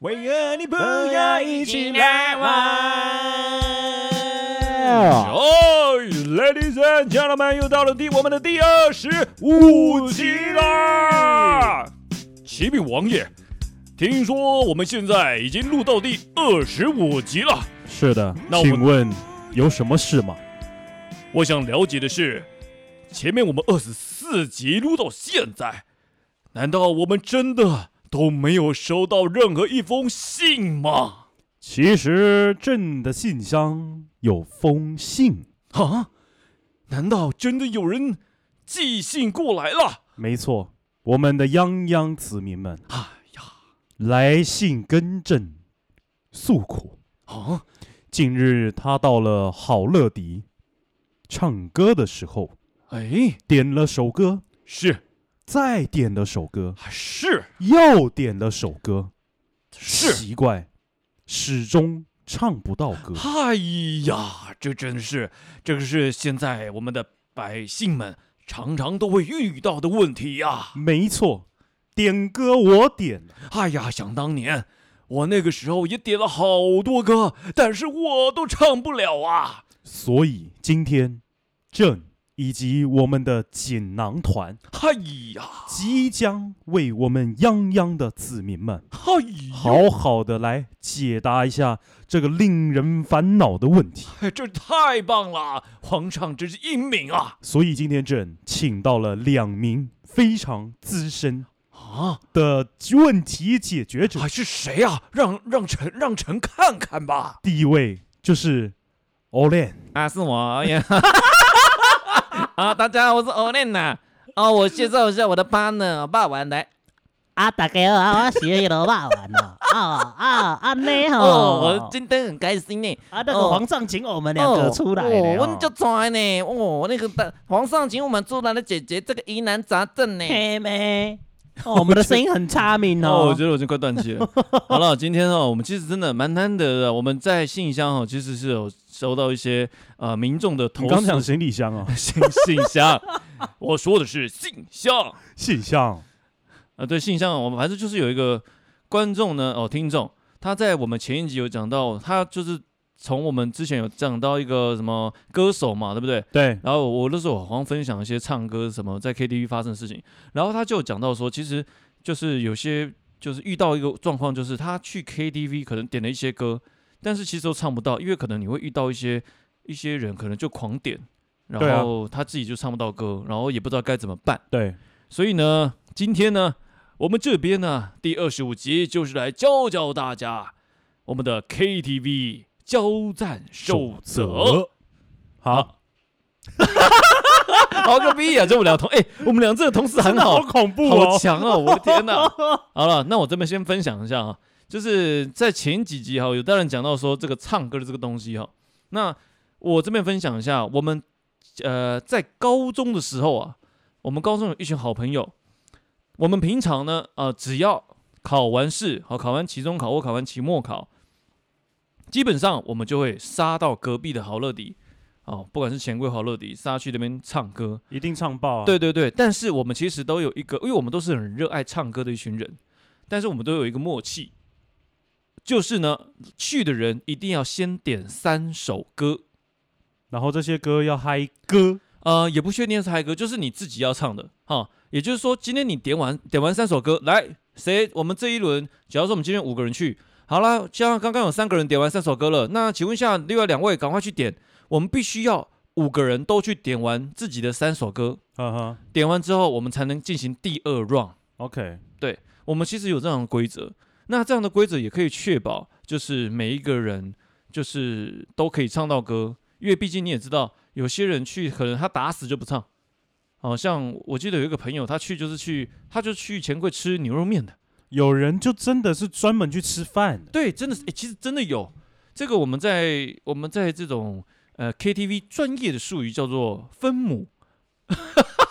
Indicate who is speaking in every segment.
Speaker 1: 为何你不要一起来玩？哦、oh,，Ladies and gentlemen，又到了第我们的第二十五集啦！启禀王爷，听说我们现在已经录到第二十五集了。
Speaker 2: 是的，
Speaker 1: 那我们
Speaker 2: 请问有什么事吗？
Speaker 1: 我想了解的是，前面我们二十四集录到现在，难道我们真的都没有收到任何一封信吗？
Speaker 2: 其实朕的信箱有封信，
Speaker 1: 啊？难道真的有人寄信过来了？
Speaker 2: 没错，我们的泱泱子民们
Speaker 1: 哎呀，
Speaker 2: 来信跟朕诉苦。
Speaker 1: 啊，
Speaker 2: 近日他到了好乐迪唱歌的时候，
Speaker 1: 哎，
Speaker 2: 点了首歌，
Speaker 1: 是
Speaker 2: 再点了首歌，
Speaker 1: 啊是
Speaker 2: 又点了首歌，
Speaker 1: 是，
Speaker 2: 奇怪，始终唱不到歌。
Speaker 1: 哎呀，这真是，这个是现在我们的百姓们常常都会遇到的问题呀、
Speaker 2: 没错，点歌我点了，
Speaker 1: 哎呀，想当年，我那个时候也点了好多歌，但是我都唱不了啊。
Speaker 2: 所以今天朕以及我们的锦囊团
Speaker 1: 哎呀，
Speaker 2: 即将为我们泱泱的子民们
Speaker 1: 哎呀，
Speaker 2: 好好的来解答一下这个令人烦恼的问题。
Speaker 1: 哎这太棒了！皇上真是英明啊！
Speaker 2: 所以今天朕请到了两名非常资深
Speaker 1: 啊，
Speaker 2: 的问题解决者
Speaker 1: 还，是谁啊？让让臣让臣看看 吧。
Speaker 2: 第一位就是 Olen，
Speaker 3: 啊，是我呀！ 啊，大家好，我是 Olen 呐、哦，我介绍一下我的 partner 哦霸王来。
Speaker 4: 啊，大家好，我是迄个肉丸哦， 哦啊，安尼
Speaker 3: 哦，我
Speaker 4: 吼，
Speaker 3: 今天很开心呢。
Speaker 4: 啊，那个皇上请我们两
Speaker 3: 哦，
Speaker 4: 个出来了
Speaker 3: 哦，我
Speaker 4: 哦
Speaker 3: 们就拽呢。哦，那个大皇上请我们出来的姐姐，这个疑难杂症呢。
Speaker 4: 嘿咩，哦我们的声音很差 明
Speaker 5: 哦，我
Speaker 4: 哦，
Speaker 5: 觉得我已经快断气了。 好了，今天哦，我们其实真的蛮难得的。我们在信箱哦，其实是有收到一些呃民众的投
Speaker 2: 你
Speaker 5: 诉。
Speaker 2: 刚讲行李箱啊，
Speaker 5: 信信 箱
Speaker 1: 我说的是信箱，
Speaker 2: 信箱
Speaker 5: 啊，对信箱，我们反正就是有一个观众呢，哦，听众，他在我们前一集有讲到，他就是从我们之前有讲到一个什么歌手嘛，对不对？
Speaker 2: 对，
Speaker 5: 然后我那时候好像分享一些唱歌什么在 KTV 发生的事情，然后他就讲到说，其实就是有些就是遇到一个状况，就是他去 KTV 可能点了一些歌，但是其实都唱不到，因为可能你会遇到一些一些人可能就狂点，
Speaker 2: 对啊
Speaker 5: 然后他自己就唱不到歌，然后也不知道该怎么办。
Speaker 2: 对，
Speaker 5: 所以呢，今天呢，我们这边呢第二十五集就是来教教大家我们的 KTV 交战守则。。
Speaker 2: 好，
Speaker 5: 好个屁呀、这我们俩同哎、我们俩真的同事很好，
Speaker 2: 恐怖
Speaker 5: 好！强哦！我的天哪！好了，那我这边先分享一下啊，就是在前几集哈，有大人讲到说这个唱歌的这个东西哈，那我这边分享一下，我们呃在高中的时候啊，我们高中有一群好朋友，我们平常呢呃只要考完试，好考完期中考或考完期末考，基本上我们就会杀到隔壁的好乐迪。哦，不管是钱柜好乐迪，杀去那边唱歌，
Speaker 2: 一定唱爆啊！
Speaker 5: 对，对对，但是我们其实都有一个，因为我们都是很热爱唱歌的一群人，但是我们都有一个默契，就是呢，去的人一定要先点三首歌，
Speaker 2: 然后这些歌要嗨歌，
Speaker 5: 呃，也不确定是嗨歌，就是你自己要唱的哈。也就是说，今天你点完点完三首歌，来，谁？我们这一轮，假如说我们今天五个人去，好啦，像刚刚有三个人点完三首歌了，那请问一下，另外两位赶快去点，我们必须要五个人都去点完自己的三首歌，
Speaker 2: 哈哈
Speaker 5: 点完之后，我们才能进行第二 round。
Speaker 2: ，OK，
Speaker 5: 我们其实有这样的规则，那这样的规则也可以确保，就是每一个人就是都可以唱到歌，因为毕竟你也知道，有些人去可能他打死就不唱。好、像我记得有一个朋友，他去就是去，他就去钱柜吃牛肉面的。
Speaker 2: 有人就真的是专门去吃饭的，
Speaker 5: 对，真的是，哎诶其实真的有这个，我们在我们在这种呃 KTV 专业的术语叫做分母，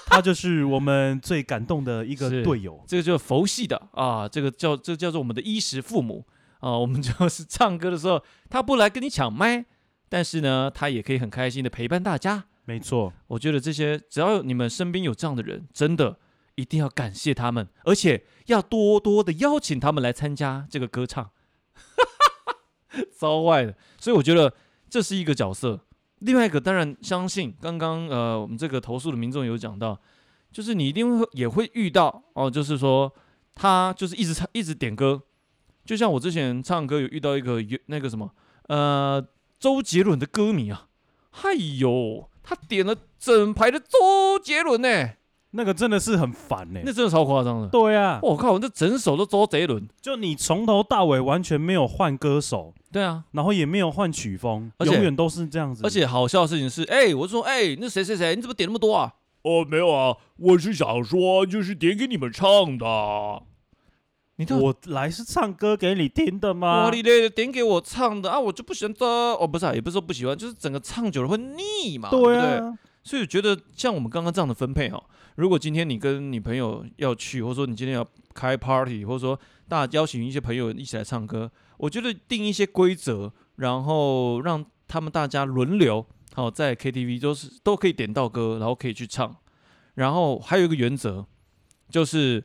Speaker 2: 他就是我们最感动的一个
Speaker 5: 是
Speaker 2: 队友。
Speaker 5: 这个叫佛系的啊，这个叫这个叫做我们的衣食父母啊。我们就是唱歌的时候，他不来跟你抢麦，但是呢，他也可以很开心的陪伴大家。
Speaker 2: 没错，
Speaker 5: 我觉得这些只要你们身边有这样的人，真的一定要感谢他们，而且要多多的邀请他们来参加这个歌唱。 糟坏了。所以我觉得这是一个角色。另外一个当然相信刚刚呃我们这个投诉的民众有讲到，就是你一定会也会遇到哦，就是说他就是一直唱一直点歌，就像我之前唱歌有遇到一个有那个什么呃周杰伦的歌迷啊，嗨呦，他点了整排的周杰伦呢、
Speaker 2: 那个真的是很烦呢、
Speaker 5: 那真的超夸张的。
Speaker 2: 对啊，
Speaker 5: 我靠，这整首都周杰伦。
Speaker 2: 就你从头到尾完全没有换歌手，
Speaker 5: 对啊，
Speaker 2: 然后也没有换曲风，
Speaker 5: 而且
Speaker 2: 永远都是这样子。
Speaker 5: 而且好笑的事情是，哎、我就说，哎、那谁谁谁，你怎么点那么多啊？
Speaker 1: 哦，没有啊，我是想说，就是点给你们唱的。
Speaker 5: 你到底
Speaker 2: 我啊来是唱歌给你听的吗
Speaker 5: 哇？你嘞点给我唱的啊，我就不喜欢这，哦，不是、啊，也不是说不喜欢，就是整个唱久了会腻嘛，对
Speaker 2: 对
Speaker 5: 不对？
Speaker 2: 啊，
Speaker 5: 所以我觉得像我们刚刚这样的分配哦，如果今天你跟你朋友要去，或者说你今天要开 party，或者说大家邀请一些朋友一起来唱歌，我觉得定一些规则，然后让他们大家轮流，好、在 KTV 都是都可以点到歌，然后可以去唱。然后还有一个原则，就是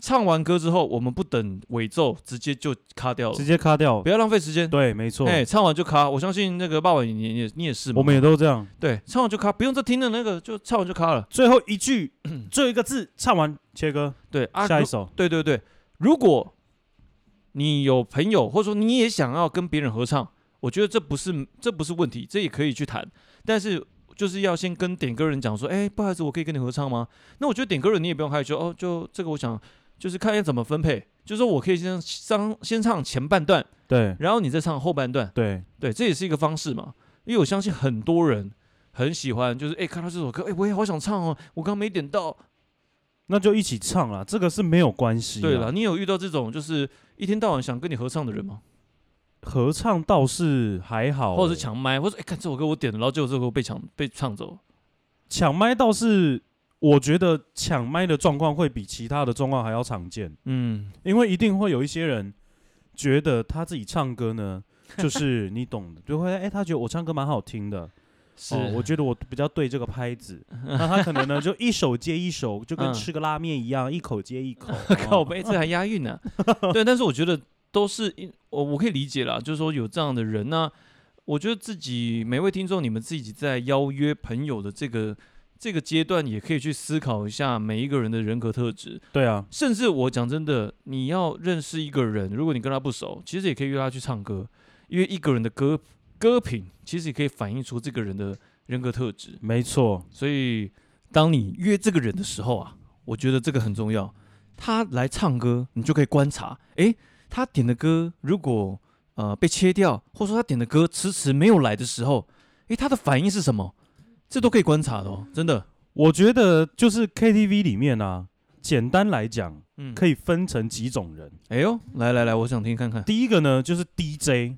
Speaker 5: 唱完歌之后，我们不等尾奏，直接就卡掉了
Speaker 2: 直，接卡掉
Speaker 5: 不。要浪费时间。
Speaker 2: 对，没错，
Speaker 5: 哎，唱完就卡，我相信那个爸爸你你也你也是嘛，
Speaker 2: 我们也都 这样。
Speaker 5: 对，唱完就卡，不用再听了，那个就唱完就卡了。
Speaker 2: 最后一句，最后一个字唱完切歌，
Speaker 5: 对啊，
Speaker 2: 下一
Speaker 5: 如
Speaker 2: 首。
Speaker 5: 对对对，如果你有朋友，或者说你也想要跟别人合唱，我觉得这不是这不是问题，这也可以去谈，但是。就是要先跟点歌人讲说，哎、不好意思，我可以跟你合唱吗？那我觉得点歌人你也不用害羞哦，就这个我想就是看要怎么分配，就是说我可以先上先唱前半段，
Speaker 2: 对
Speaker 5: 然后你再唱后半段，
Speaker 2: 对，
Speaker 5: 对，这也是一个方式嘛。因为我相信很多人很喜欢，就是哎、看到这首歌，哎、我也好想唱哦，我刚刚没点到，
Speaker 2: 那就一起唱啦，这个是没有关系。啊
Speaker 5: 对了，，你有遇到这种就是一天到晚想跟你合唱的人吗？
Speaker 2: 合唱倒是还好欸，
Speaker 5: 或者是抢麦，或者哎，看、这首歌我点了，然后结果这首歌被抢被唱走。
Speaker 2: 抢麦倒是，我觉得抢麦的状况会比其他的状况还要常见，
Speaker 5: 嗯，
Speaker 2: 因为一定会有一些人觉得他自己唱歌 呢，就是你懂的，就会哎、他觉得我唱歌蛮好听的，
Speaker 5: 是
Speaker 2: 哦，我觉得我比较对这个拍子， 那他可能呢就一首接一首，就跟
Speaker 5: 嗯。
Speaker 2: 吃个拉面一样，一口接一口
Speaker 5: 靠背，这还押韵 呢、对，但是我觉得都是一我我可以理解啦，就是说有这样的人呢、我觉得自己每位听众，你们自己在邀约朋友的这个这个阶段，也可以去思考一下每一个人的人格特质。
Speaker 2: 对啊，
Speaker 5: 甚至我讲真的，你要认识一个人，如果你跟他不熟，其实也可以约他去唱歌，因为一个人的歌歌品其实也可以反映出这个人的人格特质。
Speaker 2: 没错，
Speaker 5: 所以，当你约这个人的时候啊，我觉得这个很重要。他来唱歌，你就可以观察，诶，他点的歌如果呃被切掉，或者说他点的歌迟迟没有来的时候，诶，他的反应是什么？这都可以观察的哦，真的。
Speaker 2: 我觉得就是 KTV 里面啊，简单来讲
Speaker 5: 嗯，
Speaker 2: 可以分成几种人。
Speaker 5: 哎呦，来来来，我想听看 看。
Speaker 2: 第一个呢，就是 DJ，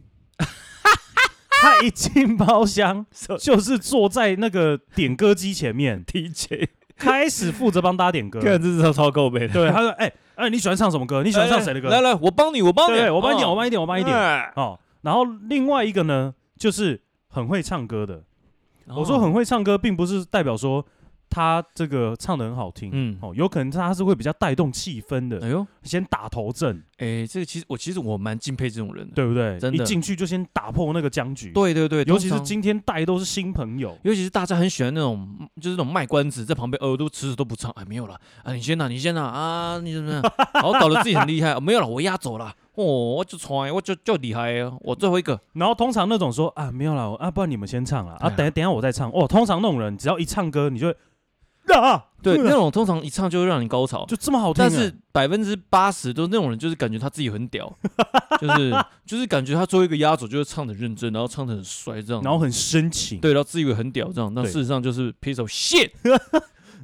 Speaker 2: 他一进 包厢就是坐在那个点歌机前面，
Speaker 5: DJ，
Speaker 2: 开始负责帮大家点歌。
Speaker 5: 看这是超超够背的。
Speaker 2: 对，他说：“哎、哎、你喜欢唱什么歌？你喜欢唱谁的歌？
Speaker 5: 哎来来，我帮你，我帮你，
Speaker 2: 对，我帮你点，
Speaker 5: 哦
Speaker 2: 我帮你点，我帮你点。
Speaker 1: 哎
Speaker 2: 哦，然后另外一个呢，就是很会唱歌的。
Speaker 5: 哦
Speaker 2: 我说，很会唱歌，并不是代表说他这个唱的很好听。
Speaker 5: 嗯，
Speaker 2: 哦，有可能他是会比较带动气氛的，
Speaker 5: 哎呦，
Speaker 2: 先打头阵，
Speaker 5: 哎，这个其实我其实我蛮敬佩这种人的。
Speaker 2: 对不对？
Speaker 5: 真的
Speaker 2: 一进去就先打破那个僵局。
Speaker 5: 对对对，
Speaker 2: 尤其是
Speaker 5: 通常，
Speaker 2: 今天带都是新朋友，
Speaker 5: 尤其是大家很喜欢那种，嗯就是那种卖关子，在旁边耳朵迟迟都不唱，哎，没有了，啊，你先呐，你先呐，啊，你怎 么样？然后搞得自己很厉害，啊没有了，我压走了，哦，我就穿，我就就厉害啊，我最后一个，
Speaker 2: 然后通常那种说啊没有啦，啊不然你们先唱啦，
Speaker 5: 对啊
Speaker 2: 啊等一下等一下我再唱哦。通常那种人只要一唱歌，你就会啊，
Speaker 5: 对，
Speaker 2: 嗯
Speaker 5: 那种通常一唱就会让你高潮，
Speaker 2: 就这么好听啊。
Speaker 5: 但是百分之八十都是那种人，就是感觉他自己很 屌，就是就是感觉他最后一个压轴就是唱的认真，然后唱的很帅这样，
Speaker 2: 然后很深情，
Speaker 5: 对，然后自以为很屌这样，但
Speaker 2: 对
Speaker 5: 事实上就是 piece of shit。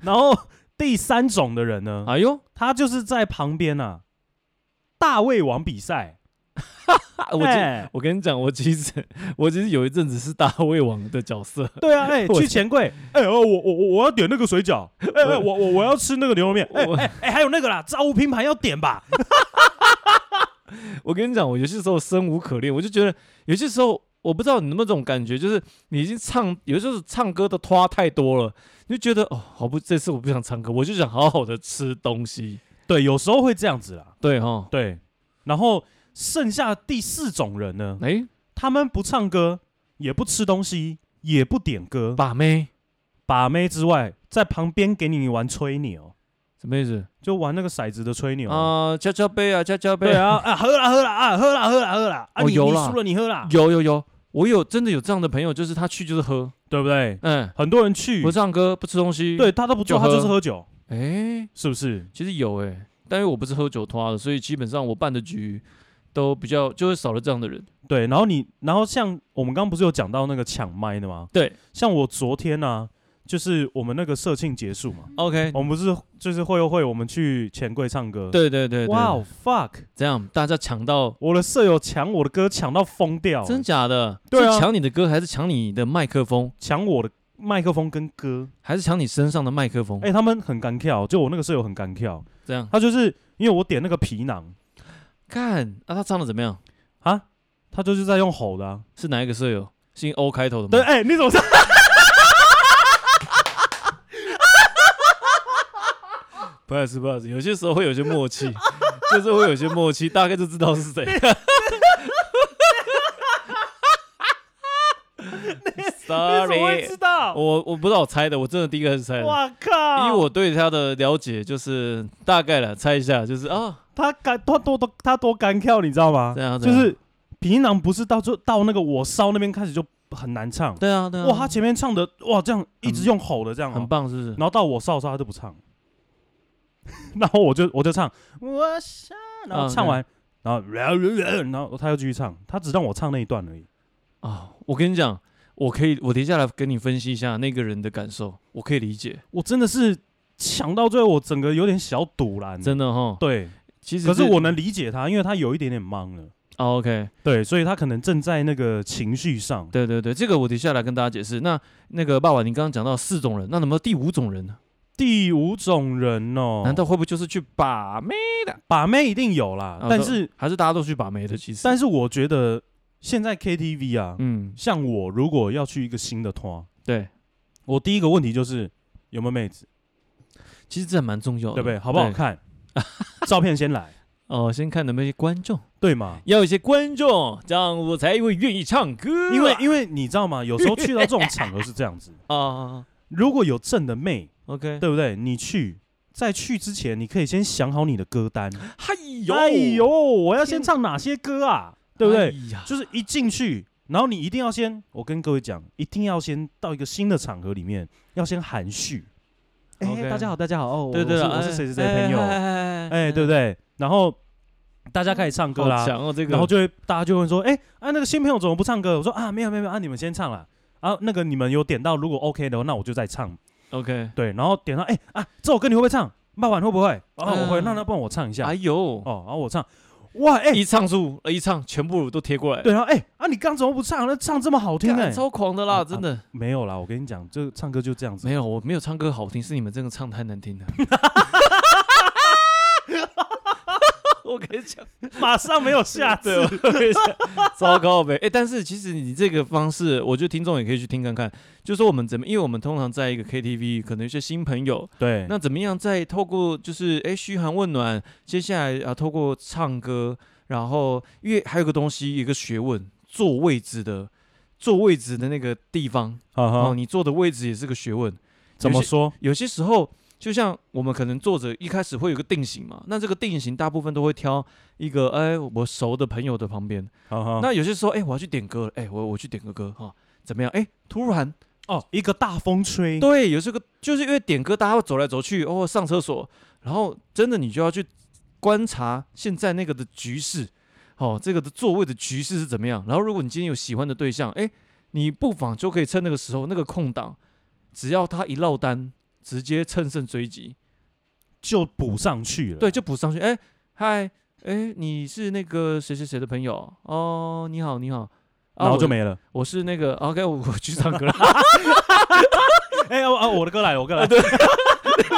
Speaker 2: 然后第三种的人呢，
Speaker 5: 哎呦，
Speaker 2: 他就是在旁边啊，大胃王比赛，
Speaker 5: 啊我其
Speaker 2: 哎
Speaker 5: 我跟你讲，我其实我其实有一阵子是大胃王的角 色，
Speaker 2: 对啊，哎、
Speaker 5: 我
Speaker 2: 去钱柜，哎、哦，我我我我要点那个水饺，哎、哎我我我要吃那个牛肉面，哎
Speaker 5: 我
Speaker 2: 哎哎，还有那个啦，炸物拼盘要点吧，
Speaker 5: 我跟你讲，我有些时候生无可恋，我就觉得有些时候我不知道你有没有这种感觉，就是你已经唱，有时候唱歌的拖太多了，你就觉得哦，好不，这次我不想唱歌，我就想好好的吃东西。
Speaker 2: 对，有时候会这样子啦，
Speaker 5: 对哈，
Speaker 2: 对，然后剩下第四种人呢，
Speaker 5: 哎，
Speaker 2: 他们不唱歌，也不吃东西，也不点歌，
Speaker 5: 把妹
Speaker 2: 把妹之外，在旁边给你玩吹牛，
Speaker 5: 什么意思？
Speaker 2: 就玩那个骰子的吹牛。
Speaker 5: 啊，敲敲杯啊，敲敲杯
Speaker 2: 对。啊，啊喝啦喝啦啊喝啦喝啦喝啦啊
Speaker 5: 哦
Speaker 2: 你
Speaker 5: 有
Speaker 2: 你
Speaker 5: 啦
Speaker 2: 输了你喝啦，
Speaker 5: 有有有，我有真的有这样的朋友，就是他去就是喝，
Speaker 2: 对不对？
Speaker 5: 嗯，
Speaker 2: 很多人去
Speaker 5: 不，唱歌，不吃东西。
Speaker 2: 对，他都不做，
Speaker 5: 就
Speaker 2: 他
Speaker 5: 喝
Speaker 2: 就是喝酒，
Speaker 5: 哎、
Speaker 2: 是不是？
Speaker 5: 其实有哎、但因为我不是喝酒托的，所以基本上我办的局都比较就会少了这样的人。
Speaker 2: 对，然后你，然后像我们刚刚不是有讲到那个抢麦的吗？
Speaker 5: 对，
Speaker 2: 像我昨天呢、啊，就是我们那个社庆结束嘛，
Speaker 5: OK，
Speaker 2: 我们不是就是会又会，我们去钱柜唱歌。，
Speaker 5: 对哦对对对，
Speaker 2: 哇、wow, fuck！
Speaker 5: 这样大家抢到。
Speaker 2: 我的舍友抢我的歌抢到疯掉，
Speaker 5: 真假的？
Speaker 2: 对啊
Speaker 5: 是抢你的歌，还是抢你的麦克风，
Speaker 2: 抢我的麦克风跟歌。
Speaker 5: 还是抢你身上的麦克风？
Speaker 2: 哎、他们很敢跳，就我那个舍友很敢跳，
Speaker 5: 这样
Speaker 2: 他就是因为我点那个皮囊
Speaker 5: 看啊，他唱的怎么样？
Speaker 2: 啊，他就是在用吼的、啊。
Speaker 5: 是哪一个舍友？姓 O 开头的吗？
Speaker 2: 对，哎、你怎么知道？
Speaker 5: 不好意思，不好意思，有些时候会有些默契， 就是会有些默契，大概就知道是谁。
Speaker 2: 你怎么会
Speaker 5: Sorry，
Speaker 2: 知道？
Speaker 5: 我我不知道我猜的，我真的第一个是猜的。
Speaker 3: 啊
Speaker 2: 哇哦靠！
Speaker 4: 嗯
Speaker 5: 以我对他的了解，就是大概了，猜一下，就是啊，
Speaker 2: 他敢他多多他多敢跳，你知道吗
Speaker 5: 这？样这
Speaker 2: 就
Speaker 5: 样
Speaker 2: 是皮囊不是到就到那个我烧那边开始就很难唱。
Speaker 5: 对啊，对啊，
Speaker 2: 哇，他前面唱的哇这样一直用吼的这样、哦
Speaker 5: 很。棒，是不是？
Speaker 2: 然后到我烧的时候他就不唱， 然后我就我就唱我烧，嗯然后唱完，然后然后他又继续唱，他只让我唱那一段而已。
Speaker 5: 啊，我跟你讲，我可以，我接下来跟你分析一下那个人的感受，我可以理解，
Speaker 2: 我真的是想到最后，我整个有点小堵然。欸
Speaker 5: 真的哈。
Speaker 2: 嗯对，
Speaker 5: 其实
Speaker 2: 可是我能理解他，因为他有一点点忙了。
Speaker 5: 哦，OK，
Speaker 2: 对，所以他可能正在那个情绪上。
Speaker 5: 对对对，这个我等一下来跟大家解释。那那个爸爸，你刚刚讲到四种人，那有没有第五种人呢？
Speaker 2: 第五种人哦，
Speaker 5: 难道会不会就是去把妹？
Speaker 2: 把妹一定有啦？
Speaker 5: 啊
Speaker 2: 哦但
Speaker 5: 都
Speaker 2: 是
Speaker 5: 还是大家都去把妹的？其实，
Speaker 2: 但是我觉得现在 KTV 啊，
Speaker 5: 嗯，
Speaker 2: 像我如果要去一个新的团，
Speaker 5: 对，
Speaker 2: 我第一个问题就是有没有妹子，
Speaker 5: 其实这还蛮重要的，
Speaker 2: 对不对？好不好？看？照片先来，
Speaker 5: 哦，先看能不能有一些观众，
Speaker 2: 对吗？
Speaker 5: 要有一些观众，这样我才会愿意唱歌啊。
Speaker 2: 因为因为你知道吗？有时候去到这种场合是这 样子，
Speaker 5: 啊
Speaker 2: 如果有正的妹，
Speaker 5: ，OK，
Speaker 2: 对不对？你去。在去之前，你可以先想好你的歌单。
Speaker 5: 嗨
Speaker 2: 哎呦，，我要先
Speaker 5: 天
Speaker 2: 唱哪些歌啊？对不对？
Speaker 5: 哎呀？
Speaker 2: 就是一进去，然后你一定要先，我跟各位讲，一定要先到一个新的场合里面，要先含蓄。哎、
Speaker 5: OK
Speaker 2: 大家好，大家好，哦，我
Speaker 5: 对对
Speaker 2: 我
Speaker 5: 了，
Speaker 2: 是我是谁谁谁的
Speaker 5: 哎
Speaker 2: 朋友，哎、
Speaker 5: 哎
Speaker 2: 对不对？然后大家开始唱歌
Speaker 5: 好
Speaker 2: 啦，
Speaker 5: 强哦，这个，
Speaker 2: 然后就会大家就会说，哎、啊那个新朋友怎么不唱歌？我说啊没有没有没有啊，你们先唱啦。啊，那个你们有点到，如果 OK 的话，那我就再唱。
Speaker 5: OK，
Speaker 2: 对，然后点到，哎、啊，这首歌你会不会唱？爸爸你会不会？啊，我会，
Speaker 5: 嗯
Speaker 2: 那那帮我唱一下。
Speaker 5: 哎呦，
Speaker 2: 哦，然后我唱，哇，哎、
Speaker 5: 一唱出一唱，全部都贴过来，
Speaker 2: 对，然后哎、啊你刚怎么不唱？那唱这么好听
Speaker 5: 干，
Speaker 2: 哎、
Speaker 5: 超狂的
Speaker 2: 啊
Speaker 5: 啦，
Speaker 2: 啊
Speaker 5: 真的。
Speaker 2: 没有啦，我跟你讲，这唱歌就这样 子。
Speaker 5: 没有，我没有唱歌好听，是你们真的唱太难听了。 我跟你讲，
Speaker 2: 马上没有下
Speaker 5: 对， 我跟你讲， 糟糕呗。哎、但是其实你这个方式，我觉得听众也可以去听看看，就说我们怎么，因为我们通常在一个 KTV，可能有些新朋友，
Speaker 2: 对，
Speaker 5: 那怎么样再透过就是哎嘘寒问暖，接下来啊透过唱歌，然后因为还有个东西，一个学问，坐位置的坐位置的那个地方，
Speaker 2: 好
Speaker 5: 哦，
Speaker 2: 好，
Speaker 5: 你坐的位置也是个学问。
Speaker 2: 怎么说？
Speaker 5: 有些时候，就像我们可能作者一开始会有个定型嘛，那这个定型大部分都会挑一个哎我熟的朋友的旁边。
Speaker 2: 好好，
Speaker 5: 那有些时候，哎，我要去点歌了，哎，我我去点个歌哈、怎么样？哎，突然，
Speaker 2: 哦，一个大风吹，
Speaker 5: 对，有这个就是因为点歌，大家会走来走去，哦，上厕所，然后真的你就要去观察现在那个的局势，哦，这个的座位的局势是怎么样。然后如果你今天有喜欢的对象，哎，你不妨就可以趁那个时候那个空档，只要他一落单，直接乘胜追击。
Speaker 2: 就补上去了。
Speaker 5: 对，，就补上去。哎，嗨，哎，你是那个谁谁谁的朋友？哦，你好，你好。啊
Speaker 2: 然后就
Speaker 5: 我
Speaker 2: 没了。
Speaker 5: 我是那个哦 OK，我我去唱歌了。
Speaker 2: 哎啊啊，我的歌来了，我的歌来了。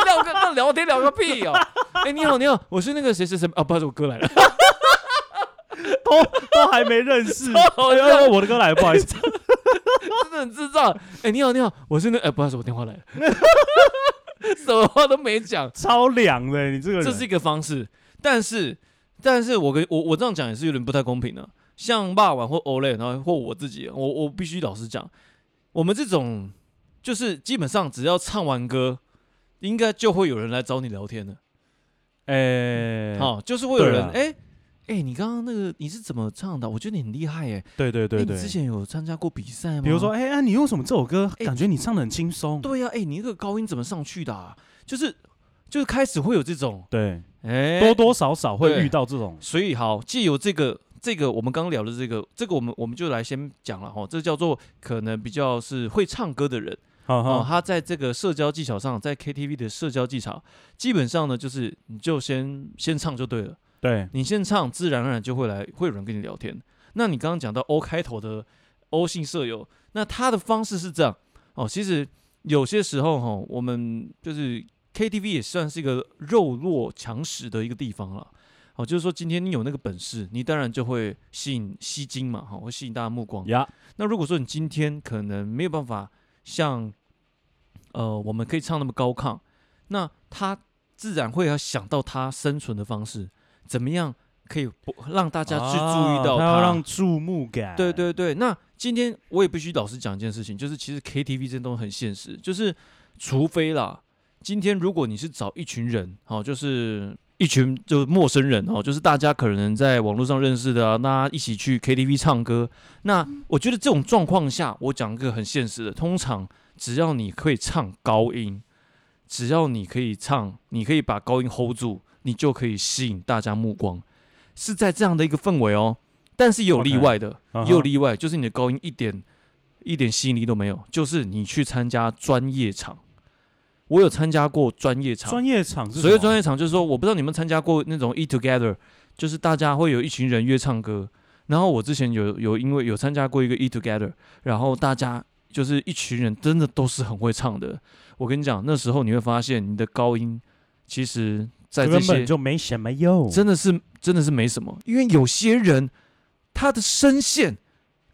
Speaker 5: 聊个那聊天聊个屁哦！哎，你好，你好，我是那个谁谁谁啊，不是我哥 来了。
Speaker 2: 都都还没认 识。
Speaker 5: 好
Speaker 2: 哎
Speaker 5: 笑
Speaker 2: 呀，我的歌来了，不好意思。
Speaker 5: 真的很智障。哎，你好，你好，我是那哎，不好意思，我电话来了， 什么话都没讲，
Speaker 2: 超凉的，你这个人。
Speaker 5: 这是一个方式。但是，但是我跟我我这样讲也是有点不太公平的、啊像霸王或 Olay，然后或我自己，我我必须老实讲，我们这种就是基本上只要唱完歌，应该就会有人来找你聊天的。
Speaker 2: 哎，
Speaker 5: 好、就是会有
Speaker 2: 对
Speaker 5: 人
Speaker 2: 啊
Speaker 5: 哎。哎、你刚刚那个你是怎么唱的？我觉得你很厉害哎、
Speaker 2: 对对
Speaker 5: 哎
Speaker 2: 对对
Speaker 5: 你，之前有参加过比赛吗？
Speaker 2: 比如说，哎啊，你用什么这首歌？
Speaker 5: 哎
Speaker 2: 感觉你唱的很轻松。
Speaker 5: 对呀、哎、你那个高音怎么上去的、啊？就是就是开始会有这种，
Speaker 2: 对，
Speaker 5: 哎、
Speaker 2: 多多少少会
Speaker 5: 对
Speaker 2: 遇到这种。
Speaker 5: 所以好，借由这个这个我们刚聊的这个这个，我们我们就来先讲了哈，这叫做可能比较是会唱歌的人
Speaker 2: 啊哈
Speaker 5: 哦，
Speaker 2: 哈，
Speaker 5: 他在这个社交技巧上，在 KTV 的社交技巧，基本上呢就是你就先先唱就对了，
Speaker 2: 对
Speaker 5: 你先唱，自然而然就会来会有人跟你聊天。那你刚刚讲到 O 开头的 O 姓舍友，那他的方式是这样哦，其实有些时候哈、我们就是 KTV 也算是一个肉弱强食的一个地方了。哦，就是说，今天你有那个本事，你当然就会吸引吸睛嘛，哦哈、会吸引大家目光。
Speaker 2: 呀，
Speaker 5: 那如果说你今天可能没有办法像，呃，我们可以唱那么高亢，那他自然会要想到他生存的方式，怎么样可以不让大家去注意到
Speaker 2: 啊他要让注目感。
Speaker 5: 对对对，那今天我也必须老实讲一件事情，就是其实 KTV 这东西很现实，就是除非啦，今天如果你是找一群人，哦，就是一群就是陌生人哦，就是大家可能在网络上认识的啊，那一起去 KTV 唱歌，那我觉得这种状况下，我讲一个很现实的，通常只要你可以唱高音，只要你可以唱，你可以把高音 hold 住，你就可以吸引大家目光，是在这样的一个氛围哦。但是也有例
Speaker 2: OK
Speaker 5: 外的
Speaker 2: 啊哈，
Speaker 5: 也有例外，就是你的高音一点一点吸引力都没有，就是你去参加专业场。我有参加过专业场，
Speaker 2: 专业场是
Speaker 5: 所谓专
Speaker 2: 业
Speaker 5: 业场就是说，我不知道你们参加过那种 eat together，就是大家会有一群人约唱歌。然后我之前有有因为有参加过一个 eat together，然后大家就是一群人真的都是很会唱的。我跟你讲，那时候你会发现你的高音其实在这
Speaker 2: 根
Speaker 5: 些
Speaker 2: 本就没什么用。
Speaker 5: 真的是真的是没什么，因为有些人他的声线，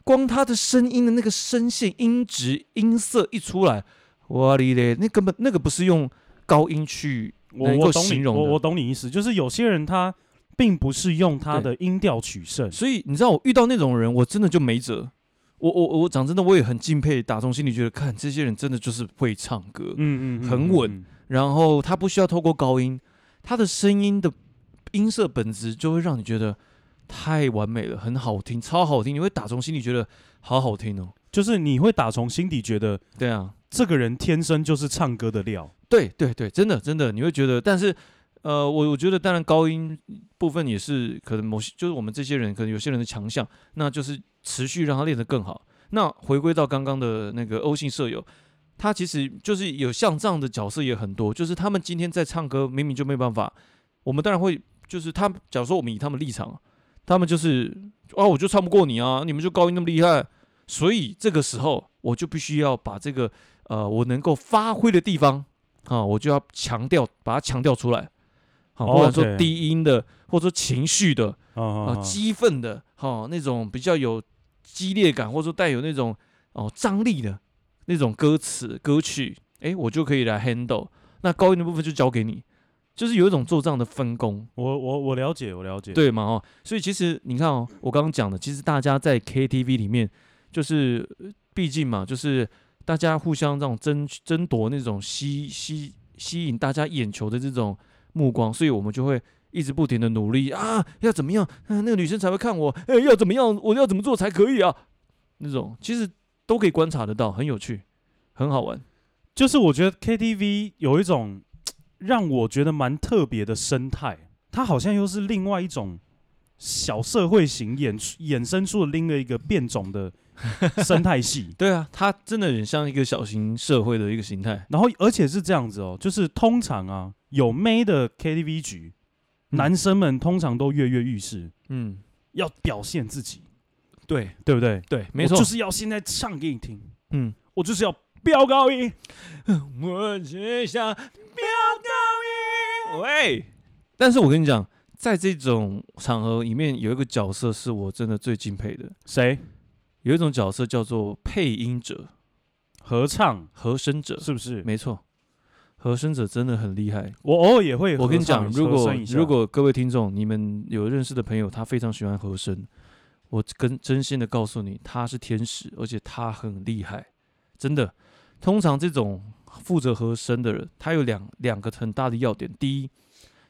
Speaker 5: 光他的声音的那个声线音质音色一出来，哇哩嘞，那根本那个不是用高音去
Speaker 2: 我
Speaker 5: 能
Speaker 2: 我
Speaker 5: 够
Speaker 2: 懂
Speaker 5: 形
Speaker 2: 你，
Speaker 5: 容的
Speaker 2: 我我懂你意思，就是有些人他并不是用他的音调取胜。
Speaker 5: 所以你知道，我遇到那种人，我真的就没辙。我我我讲真的，我也很敬佩，打从心里觉得，看这些人真的就是会唱歌，
Speaker 2: 嗯嗯，嗯
Speaker 5: 很稳。然后他不需要透过高音，他的声音的音色本质就会让你觉得太完美了，很好听，超好听，你会打从心里觉得好好听哦。
Speaker 2: 就是你会打从心底觉得
Speaker 5: 对啊，
Speaker 2: 这个人天生就是唱歌的料。
Speaker 5: 对对对，真的真的，你会觉得，但是。呃，我我觉得当然高音部分也是可能某些，就是我们这些人可能有些人的强项，那就是持续让他练得更好。那回归到刚刚的那个欧姓舍友，他其实就是有像这样的角色也很多，就是他们今天在唱歌，明明就没办法，我们当然会就是他，假如说我们以他们立场，他们就是啊，我就唱不过你啊，你们就高音那么厉害，所以这个时候我就必须要把这个呃我能够发挥的地方啊，我就要强调，把它强调出来。好，
Speaker 2: 哦
Speaker 5: 或者说
Speaker 2: 对
Speaker 5: 低音的，或者说情绪的，
Speaker 2: 啊
Speaker 5: 啊、激愤的，哦，那种比较有激烈感，或者说带有那种哦张力的那种歌词歌曲，诶，我就可以来 handle。那高音的部分就交给你，就是有一种做这样的分工，
Speaker 2: 我我我了解，我了解。
Speaker 5: 对嘛？哦，所以其实你看哦，我刚刚讲的，其实大家在 KTV 里面，就是呃毕竟嘛，就是大家互相这种争争夺那种吸吸吸引大家眼球的这种目光，所以我们就会一直不停的努力啊，要怎么样、啊，那个女生才会看我，哎、要怎么样，我要怎么做才可以啊？那种其实都可以观察得到，很有趣，很好玩。
Speaker 2: 就是我觉得 KTV 有一种让我觉得蛮特别的生态，它好像又是另外一种小社会型衍出衍生出了另外一个变种的生 态系。
Speaker 5: 对啊，它真的很像一个小型社会的一个形态。
Speaker 2: 然后，而且是这样子哦，就是通常啊，有妹的 KTV 局，
Speaker 5: 嗯
Speaker 2: 男生们通常都跃跃欲试，
Speaker 5: 嗯，
Speaker 2: 要表现自己，
Speaker 5: 对
Speaker 2: 对不对？
Speaker 5: 对，没错，
Speaker 2: 我就是要现在唱给你听，
Speaker 5: 嗯。
Speaker 2: 我就是要飙高音，
Speaker 5: 我只想飙高音。喂，但是我跟你讲，在这种场合里面，有一个角色是我真的最敬佩的，
Speaker 2: 谁
Speaker 5: 有一种角色叫做配音者、
Speaker 2: 合唱
Speaker 5: 和声者，
Speaker 2: 是不是？
Speaker 5: 没错，和声者真的很厉害。
Speaker 2: 我偶尔也会合唱，
Speaker 5: 我跟你讲，如
Speaker 2: 和
Speaker 5: 果
Speaker 2: 声一下
Speaker 5: 如果各位听众你们有认识的朋友，他非常喜欢和声，我跟真心的告诉你，他是天使，而且他很厉害，真的。通常这种负责和声的人，他有两两个很大的要点，第一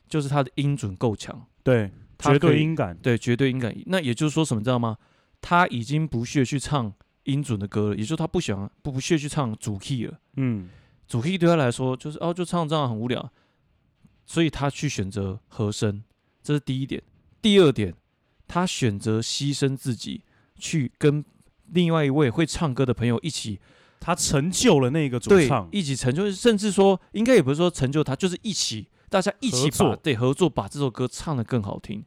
Speaker 5: 就是他的音准够强，
Speaker 2: 对，
Speaker 5: 他
Speaker 2: 绝
Speaker 5: 可
Speaker 2: 对
Speaker 5: 以
Speaker 2: 音感，
Speaker 5: 对，绝对音感。那也就是说什么，你知道吗？他已经不屑去唱音准的歌了，也就是他不想不不屑去唱主 key 了。
Speaker 2: 嗯，
Speaker 5: 主 key 对他来说就是哦，就唱这样很无聊，所以他去选择和声，这是第一点。第二点，他选择牺牲自己去跟另外一位会唱歌的朋友一起
Speaker 2: 他成就了那个主
Speaker 5: 对
Speaker 2: 唱，
Speaker 5: 一起成就，甚至说应该也不是说成就他，就是一起大家一起
Speaker 2: 合
Speaker 5: 把
Speaker 2: 作
Speaker 5: 对合作把这首歌唱得更好听。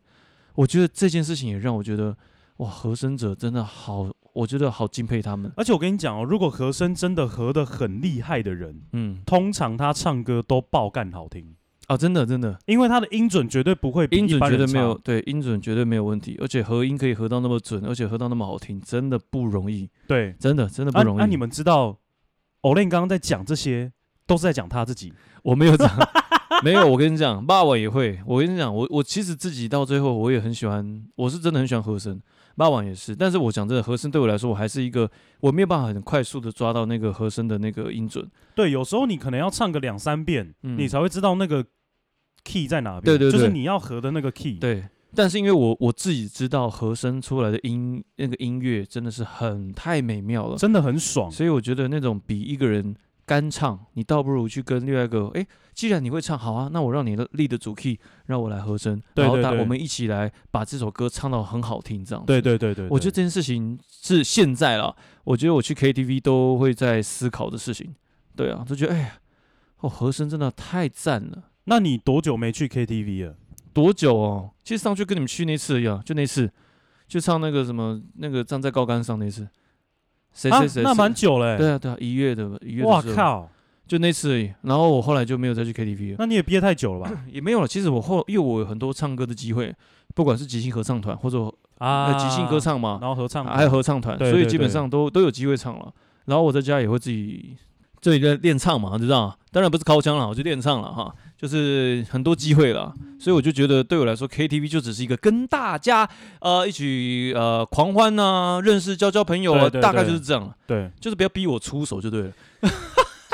Speaker 5: 我觉得这件事情也让我觉得哇，和声者真的好，我觉得好敬佩他们。
Speaker 2: 而且我跟你讲哦，如果和声真的和的很厉害的人，
Speaker 5: 嗯，
Speaker 2: 通常他唱歌都爆干好听，
Speaker 5: 啊，真的真的，
Speaker 2: 因为他的音准绝对不会比
Speaker 5: 音
Speaker 2: 一
Speaker 5: 准
Speaker 2: 般
Speaker 5: 绝对
Speaker 2: 人
Speaker 5: 没有
Speaker 2: 差。
Speaker 5: 对，音准绝对没有问题，而且合音可以合到那么准，而且合到那么好听，真的不容易，
Speaker 2: 对，
Speaker 5: 真的真的
Speaker 2: 那
Speaker 5: 不容易。
Speaker 2: 啊那你们知道，Olen 刚刚在讲这些，都是在讲他自己。
Speaker 5: 我没有 这样，没有。我跟你讲，爸爸也会。我跟你讲，我我其实自己到最后，我也很喜欢，我是真的很喜欢和声，爸爸也是。但是我讲真的，和声对我来说，我还是一个我没有办法很快速的抓到那个和声的那个音准。
Speaker 2: 对，有时候你可能要唱个两三遍，
Speaker 5: 嗯
Speaker 2: 你才会知道那个 key 在哪边。
Speaker 5: 对对
Speaker 2: 就是
Speaker 5: 对
Speaker 2: 你要合的那个 key。，
Speaker 5: 对，但是因为我我自己知道和声出来的音那个音乐真的是很太美妙了，
Speaker 2: 真的很爽。
Speaker 5: 所以我觉得那种比一个人干唱，你倒不如去跟另外一个，诶，既然你会唱，好啊，那我让你的 lead 的主 key 让我来和声，
Speaker 2: 对
Speaker 5: 然后
Speaker 2: 对
Speaker 5: 大
Speaker 2: 对
Speaker 5: 我们一起来把这首歌唱到很好听，这样。
Speaker 2: 对对对对，
Speaker 5: 我觉得
Speaker 2: 对
Speaker 5: 这件事情是现在了，我觉得我去 KTV 都会在思考的事情。对啊，就觉得哎呀，哦，和声真的太赞了。
Speaker 2: 那你多久没去 KTV 了？
Speaker 5: 多久
Speaker 2: 啊
Speaker 5: 哦？其实上去跟你们去那次一样，就那次，就唱那个什么那个站在高杆上那次，谁
Speaker 2: 啊
Speaker 5: 谁谁，
Speaker 2: 那蛮
Speaker 5: 谁
Speaker 2: 久嘞。
Speaker 5: 对啊对啊，一月的吧一月的
Speaker 2: 哇
Speaker 5: 时候
Speaker 2: 靠，
Speaker 5: 就那次而已。然后我后来就没有再去 KTV 了，
Speaker 2: 那你也憋太久了吧？
Speaker 5: 也没有了。其实我后，因为我有很多唱歌的机会，不管是即兴合唱团或者我
Speaker 2: 啊
Speaker 5: 呃，即兴歌，唱嘛
Speaker 2: 然，后合唱，
Speaker 5: 还有合唱团，
Speaker 2: 对
Speaker 5: 所以
Speaker 2: 对
Speaker 5: 基本
Speaker 2: 对
Speaker 5: 上都都有机会唱了。然后我在家也会自己自己在练唱嘛，知道？当然不是靠腔了，我就练唱了哈，就是很多机会了。所以我就觉得对我来说，KTV 就只是一个跟大家呃一起呃狂欢呐、认识交交朋友啊，
Speaker 2: 对对
Speaker 5: 大概
Speaker 2: 对
Speaker 5: 就是这样了。
Speaker 2: 对，
Speaker 5: 就是不要逼我出手就对了。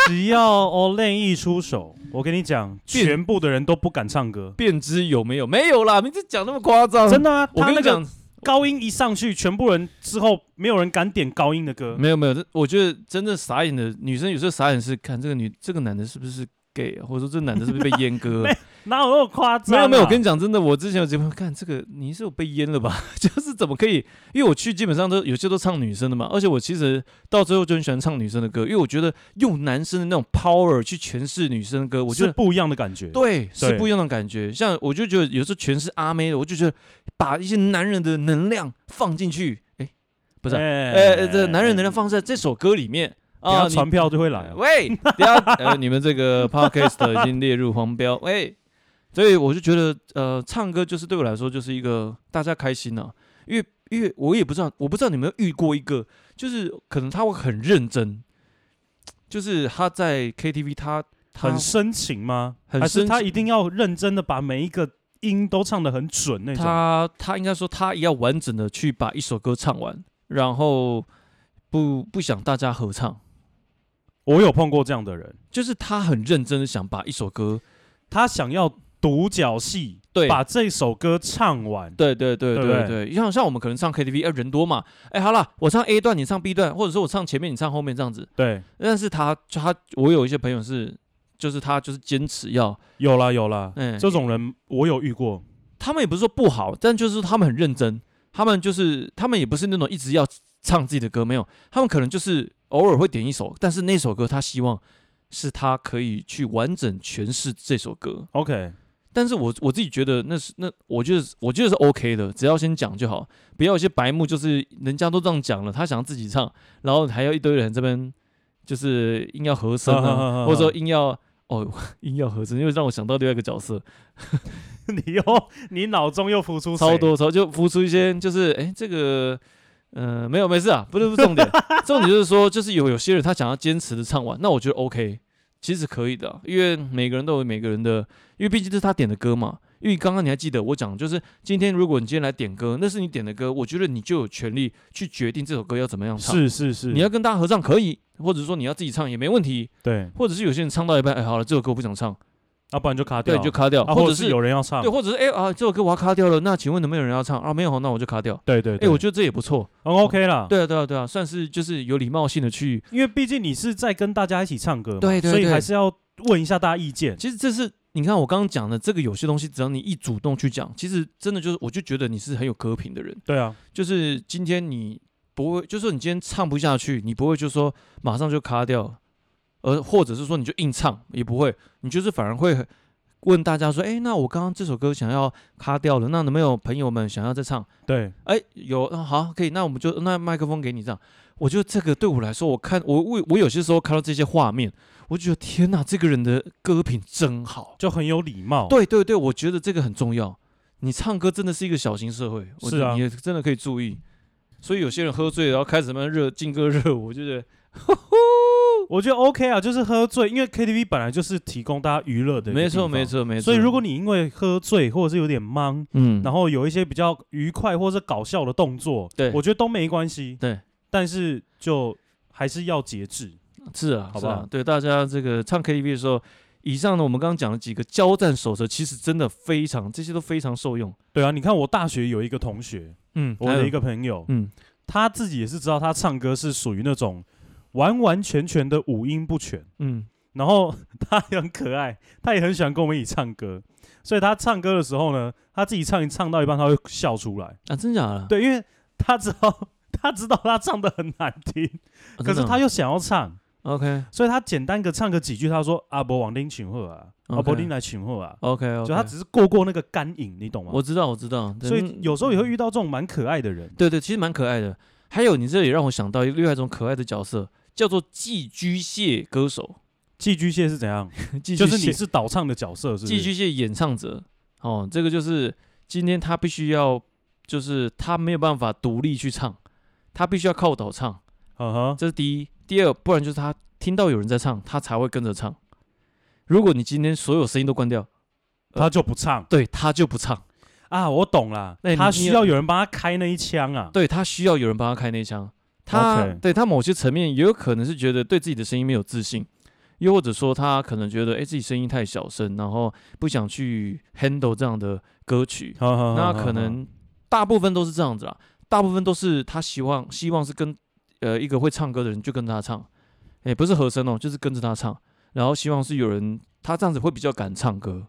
Speaker 2: 只要 Olen 一出手，我跟你讲，
Speaker 5: 变
Speaker 2: 全部的人都不敢唱歌，
Speaker 5: 便知有没有？没有啦，你这讲那么夸张，
Speaker 2: 真。的啊！
Speaker 5: 嗯我
Speaker 2: 他
Speaker 5: 跟
Speaker 2: 那
Speaker 5: 你
Speaker 2: 个
Speaker 5: 讲，
Speaker 2: 高音一上去，全部人之后没有人敢点高音的歌，
Speaker 5: 没有没有，这我觉得真正傻眼的女生有时候傻眼是看这个女这个男的是不是 gay，啊或者说这个男的是不是被阉割啊？
Speaker 2: 哪有那么夸张
Speaker 5: 没
Speaker 2: 啊？
Speaker 5: 有没有，我跟你讲，真的，我之前有节目看这个，你是有被阉了吧？ 就是怎么可以？因为我去基本上都有些都唱女生的嘛，而且我其实到最后就很喜欢唱女生的歌，因为我觉得用男生的那种 power 去诠释女生的歌，我觉
Speaker 2: 是
Speaker 5: 得
Speaker 2: 不一样的感觉。
Speaker 5: 对是
Speaker 2: 对
Speaker 5: 不一样的感觉。像我就觉得有时候诠释阿妹的，我就觉得把一些男人的能量放进去，哎，不是啊，
Speaker 2: 哎
Speaker 5: 呃，这男人能量放在这首歌里面
Speaker 2: 等
Speaker 5: 啊，
Speaker 2: 下
Speaker 5: 你
Speaker 2: 传票就会来啊。
Speaker 5: 喂，不要，呃，你们这个 podcast 已经列入黄标，喂，所以我就觉得，呃，唱歌就是对我来说就是一个大家开心啊，因为因为我也不知道，我不知道你们有没有遇过一个，就是可能他会很认真，就是他在 KTV 他他
Speaker 2: 很深情吗？
Speaker 5: 很
Speaker 2: 还是
Speaker 5: 深
Speaker 2: 他
Speaker 5: 情
Speaker 2: 一定要认真的把每一个音都唱得很准那种？
Speaker 5: 他他应该说他也要完整的去把一首歌唱完，然后不不想大家合唱，
Speaker 2: 我有碰过这样的人，
Speaker 5: 就是他很认真的想把一首歌。
Speaker 2: 他想要独角戏，
Speaker 5: 对，
Speaker 2: 把这首歌唱完。
Speaker 5: 对对对
Speaker 2: 对
Speaker 5: 对
Speaker 2: 不
Speaker 5: 对像像我们可能唱 KTV，哎、人多嘛，哎、好啦，我唱 A 段，你唱 B 段，或者说我唱前面，你唱后面这样子。
Speaker 2: 对，
Speaker 5: 但是他他我有一些朋友是，就是他就是坚持要，
Speaker 2: 有啦有啦，
Speaker 5: 嗯
Speaker 2: 这种人我有遇过。
Speaker 5: 他们也不是说不好，但就是他们很认真，他们就是他们也不是那种一直要唱自己的歌，没有，他们可能就是偶尔会点一首，但是那首歌他希望是他可以去完整诠释这首歌。
Speaker 2: OK，
Speaker 5: 但是我我自己觉得那是那，我觉得是我觉得是 OK 的，只要先讲就好，不要有些白目，就是人家都这样讲了，他想要自己唱，然后还要一堆人这边就是硬要和声
Speaker 2: 啊啊啊啊
Speaker 5: 啊，
Speaker 2: 啊
Speaker 5: 或者说硬要哦 硬要和声，因为让我想到另外一个角色，
Speaker 2: 你又你脑中又浮出谁
Speaker 5: 超多超就浮出一些就是哎这个。嗯、没有，没事啊，不是不是 重点，重点就是说，就是有有些人他想要坚持的唱完，那我觉得 OK，其实可以的啊、因为每个人都有每个人的，因为毕竟这是他点的歌嘛，因为刚刚你还记得我讲，就是今天如果你今天来点歌，那是你点的歌，我觉得你就有权利去决定这首歌要怎么样唱。
Speaker 2: 是是是，
Speaker 5: 你要跟大家合唱可以，或者说你要自己唱也没问题，
Speaker 2: 对，
Speaker 5: 或者是有些人唱到一半，哎，好了，这首歌我不想唱，
Speaker 2: 要不然就卡掉，
Speaker 5: 对，你就卡掉，
Speaker 2: 啊，
Speaker 5: 或
Speaker 2: 或
Speaker 5: 者
Speaker 2: 者是有人要唱
Speaker 5: 对，，或者是哎啊，这首歌我要卡掉了，那请问能不能有人要唱啊？没有，那我就卡掉。
Speaker 2: 对对
Speaker 5: 哎，
Speaker 2: 对，
Speaker 5: 我觉得这也不错，
Speaker 2: 很 OK 啦，，
Speaker 5: 对啊，对啊，对啊，算是就是有礼貌性的去，
Speaker 2: 因为毕竟你是在跟大家一起唱歌嘛，
Speaker 5: 对对
Speaker 2: 所以
Speaker 5: 对
Speaker 2: 还是要问一下大家意见，
Speaker 5: 其实这是你看我刚刚讲的这个，有些东西只要你一主动去讲，其实真的就是我就觉得你是很有歌品的人，
Speaker 2: 对啊，
Speaker 5: 就是今天你不会，就是你今天唱不下去，你不会就说马上就卡掉，而或者是说你就硬唱也不会，你就是反而会很问大家说，哎，那我刚刚这首歌想要卡掉了，那有没有朋友们想要再唱？
Speaker 2: 对，
Speaker 5: 哎，有、啊好，可以，那我们就那麦克风给你这样。我觉得这个对我来说，我看我我我有些时候看到这些画面，我就觉得天哪，这个人的歌品真好。
Speaker 2: 就很有礼貌，
Speaker 5: 对对对，我觉得这个很重要。你唱歌真的是一个小型社会，我
Speaker 2: 是
Speaker 5: 觉得
Speaker 2: 啊
Speaker 5: 你也真的可以注意。所以有些人喝醉，然后开始慢慢热劲歌热舞，我就觉得
Speaker 2: 我觉得 OK 啊，就是喝醉，因为 KTV 本来就是提供大家娱乐的，
Speaker 5: 没错没。错没错。
Speaker 2: 所以，如果你因为喝醉或者是有点懵，
Speaker 5: 嗯，
Speaker 2: 然后有一些比较愉快或者搞笑的动作，
Speaker 5: 对
Speaker 2: 我觉得都没关系。
Speaker 5: 对，
Speaker 2: 但是就还是要节制。
Speaker 5: 是啊，
Speaker 2: 好
Speaker 5: 是
Speaker 2: 不
Speaker 5: 啊
Speaker 2: 好，
Speaker 5: 对大家这个唱 KTV 的时候，以上呢我们刚刚讲了几个交战守则，其实真的非常这些都非常受用。
Speaker 2: 对啊，你看我大学有一个同学，
Speaker 5: 嗯，
Speaker 2: 我
Speaker 5: 还有
Speaker 2: 的一个朋友，
Speaker 5: 嗯，
Speaker 2: 他自己也是知道他唱歌是属于那种完完全全的五音不全，
Speaker 5: 嗯，
Speaker 2: 然后他也很可爱，他也很喜欢跟我们一起唱歌，所以他唱歌的时候呢，他自己唱一唱到一半他会笑出来，
Speaker 5: 啊，真假的？
Speaker 2: 对，因为他知道他知道他唱的很难听，
Speaker 5: 啊，
Speaker 2: 可
Speaker 5: 真的
Speaker 2: 是
Speaker 5: 哦
Speaker 2: 他又想要唱。
Speaker 5: OK
Speaker 2: 所以他简单个唱个几句，他说阿伯王丁请喝啊，阿
Speaker 5: OK 哦
Speaker 2: 伯丁来请喝啊，
Speaker 5: OK，
Speaker 2: 就他只是过过那个干瘾，你懂吗？
Speaker 5: 我知道我知道，对嗯
Speaker 2: 所以有时候也会遇到这种蛮可爱的人，
Speaker 5: 对对，其实蛮可爱的。还有，你这也让我想到一个另外一种可爱的角色，叫做寄居蟹歌手，
Speaker 2: 寄居蟹是怎样？
Speaker 5: 寄
Speaker 2: 就
Speaker 5: 居
Speaker 2: 是你
Speaker 5: 蟹
Speaker 2: 是倒唱的角色，是不
Speaker 5: 寄居
Speaker 2: 是？
Speaker 5: 蟹演唱者。哦，这个就是今天他必须要，就是他没有办法独立去唱，他必须要靠倒唱，
Speaker 2: 嗯哼，
Speaker 5: 这是第一。第二，不然就是他听到有人在唱，他才会跟着唱。如果你今天所有声音都关掉，
Speaker 2: 他就不唱
Speaker 5: 对他就不唱。
Speaker 2: 啊，我懂了
Speaker 5: 那，你
Speaker 2: 他
Speaker 5: 你
Speaker 2: 需
Speaker 5: 有
Speaker 2: 要有人帮他开那一枪啊。
Speaker 5: 对他需要有人帮他开那枪。他
Speaker 2: OK
Speaker 5: 对他某些层面也有可能是觉得对自己的声音没有自信，又或者说他可能觉得哎、诶自己声音太小声，然后不想去 handle 这样的歌曲。那
Speaker 2: 那
Speaker 5: 可能
Speaker 2: 啊
Speaker 5: 大部分都是这样子啦，大部分都是他希望希望是跟呃一个会唱歌的人就跟着他唱，哎、不是和声哦，就是跟着他唱，然后希望是有人他这样子会比较敢唱歌。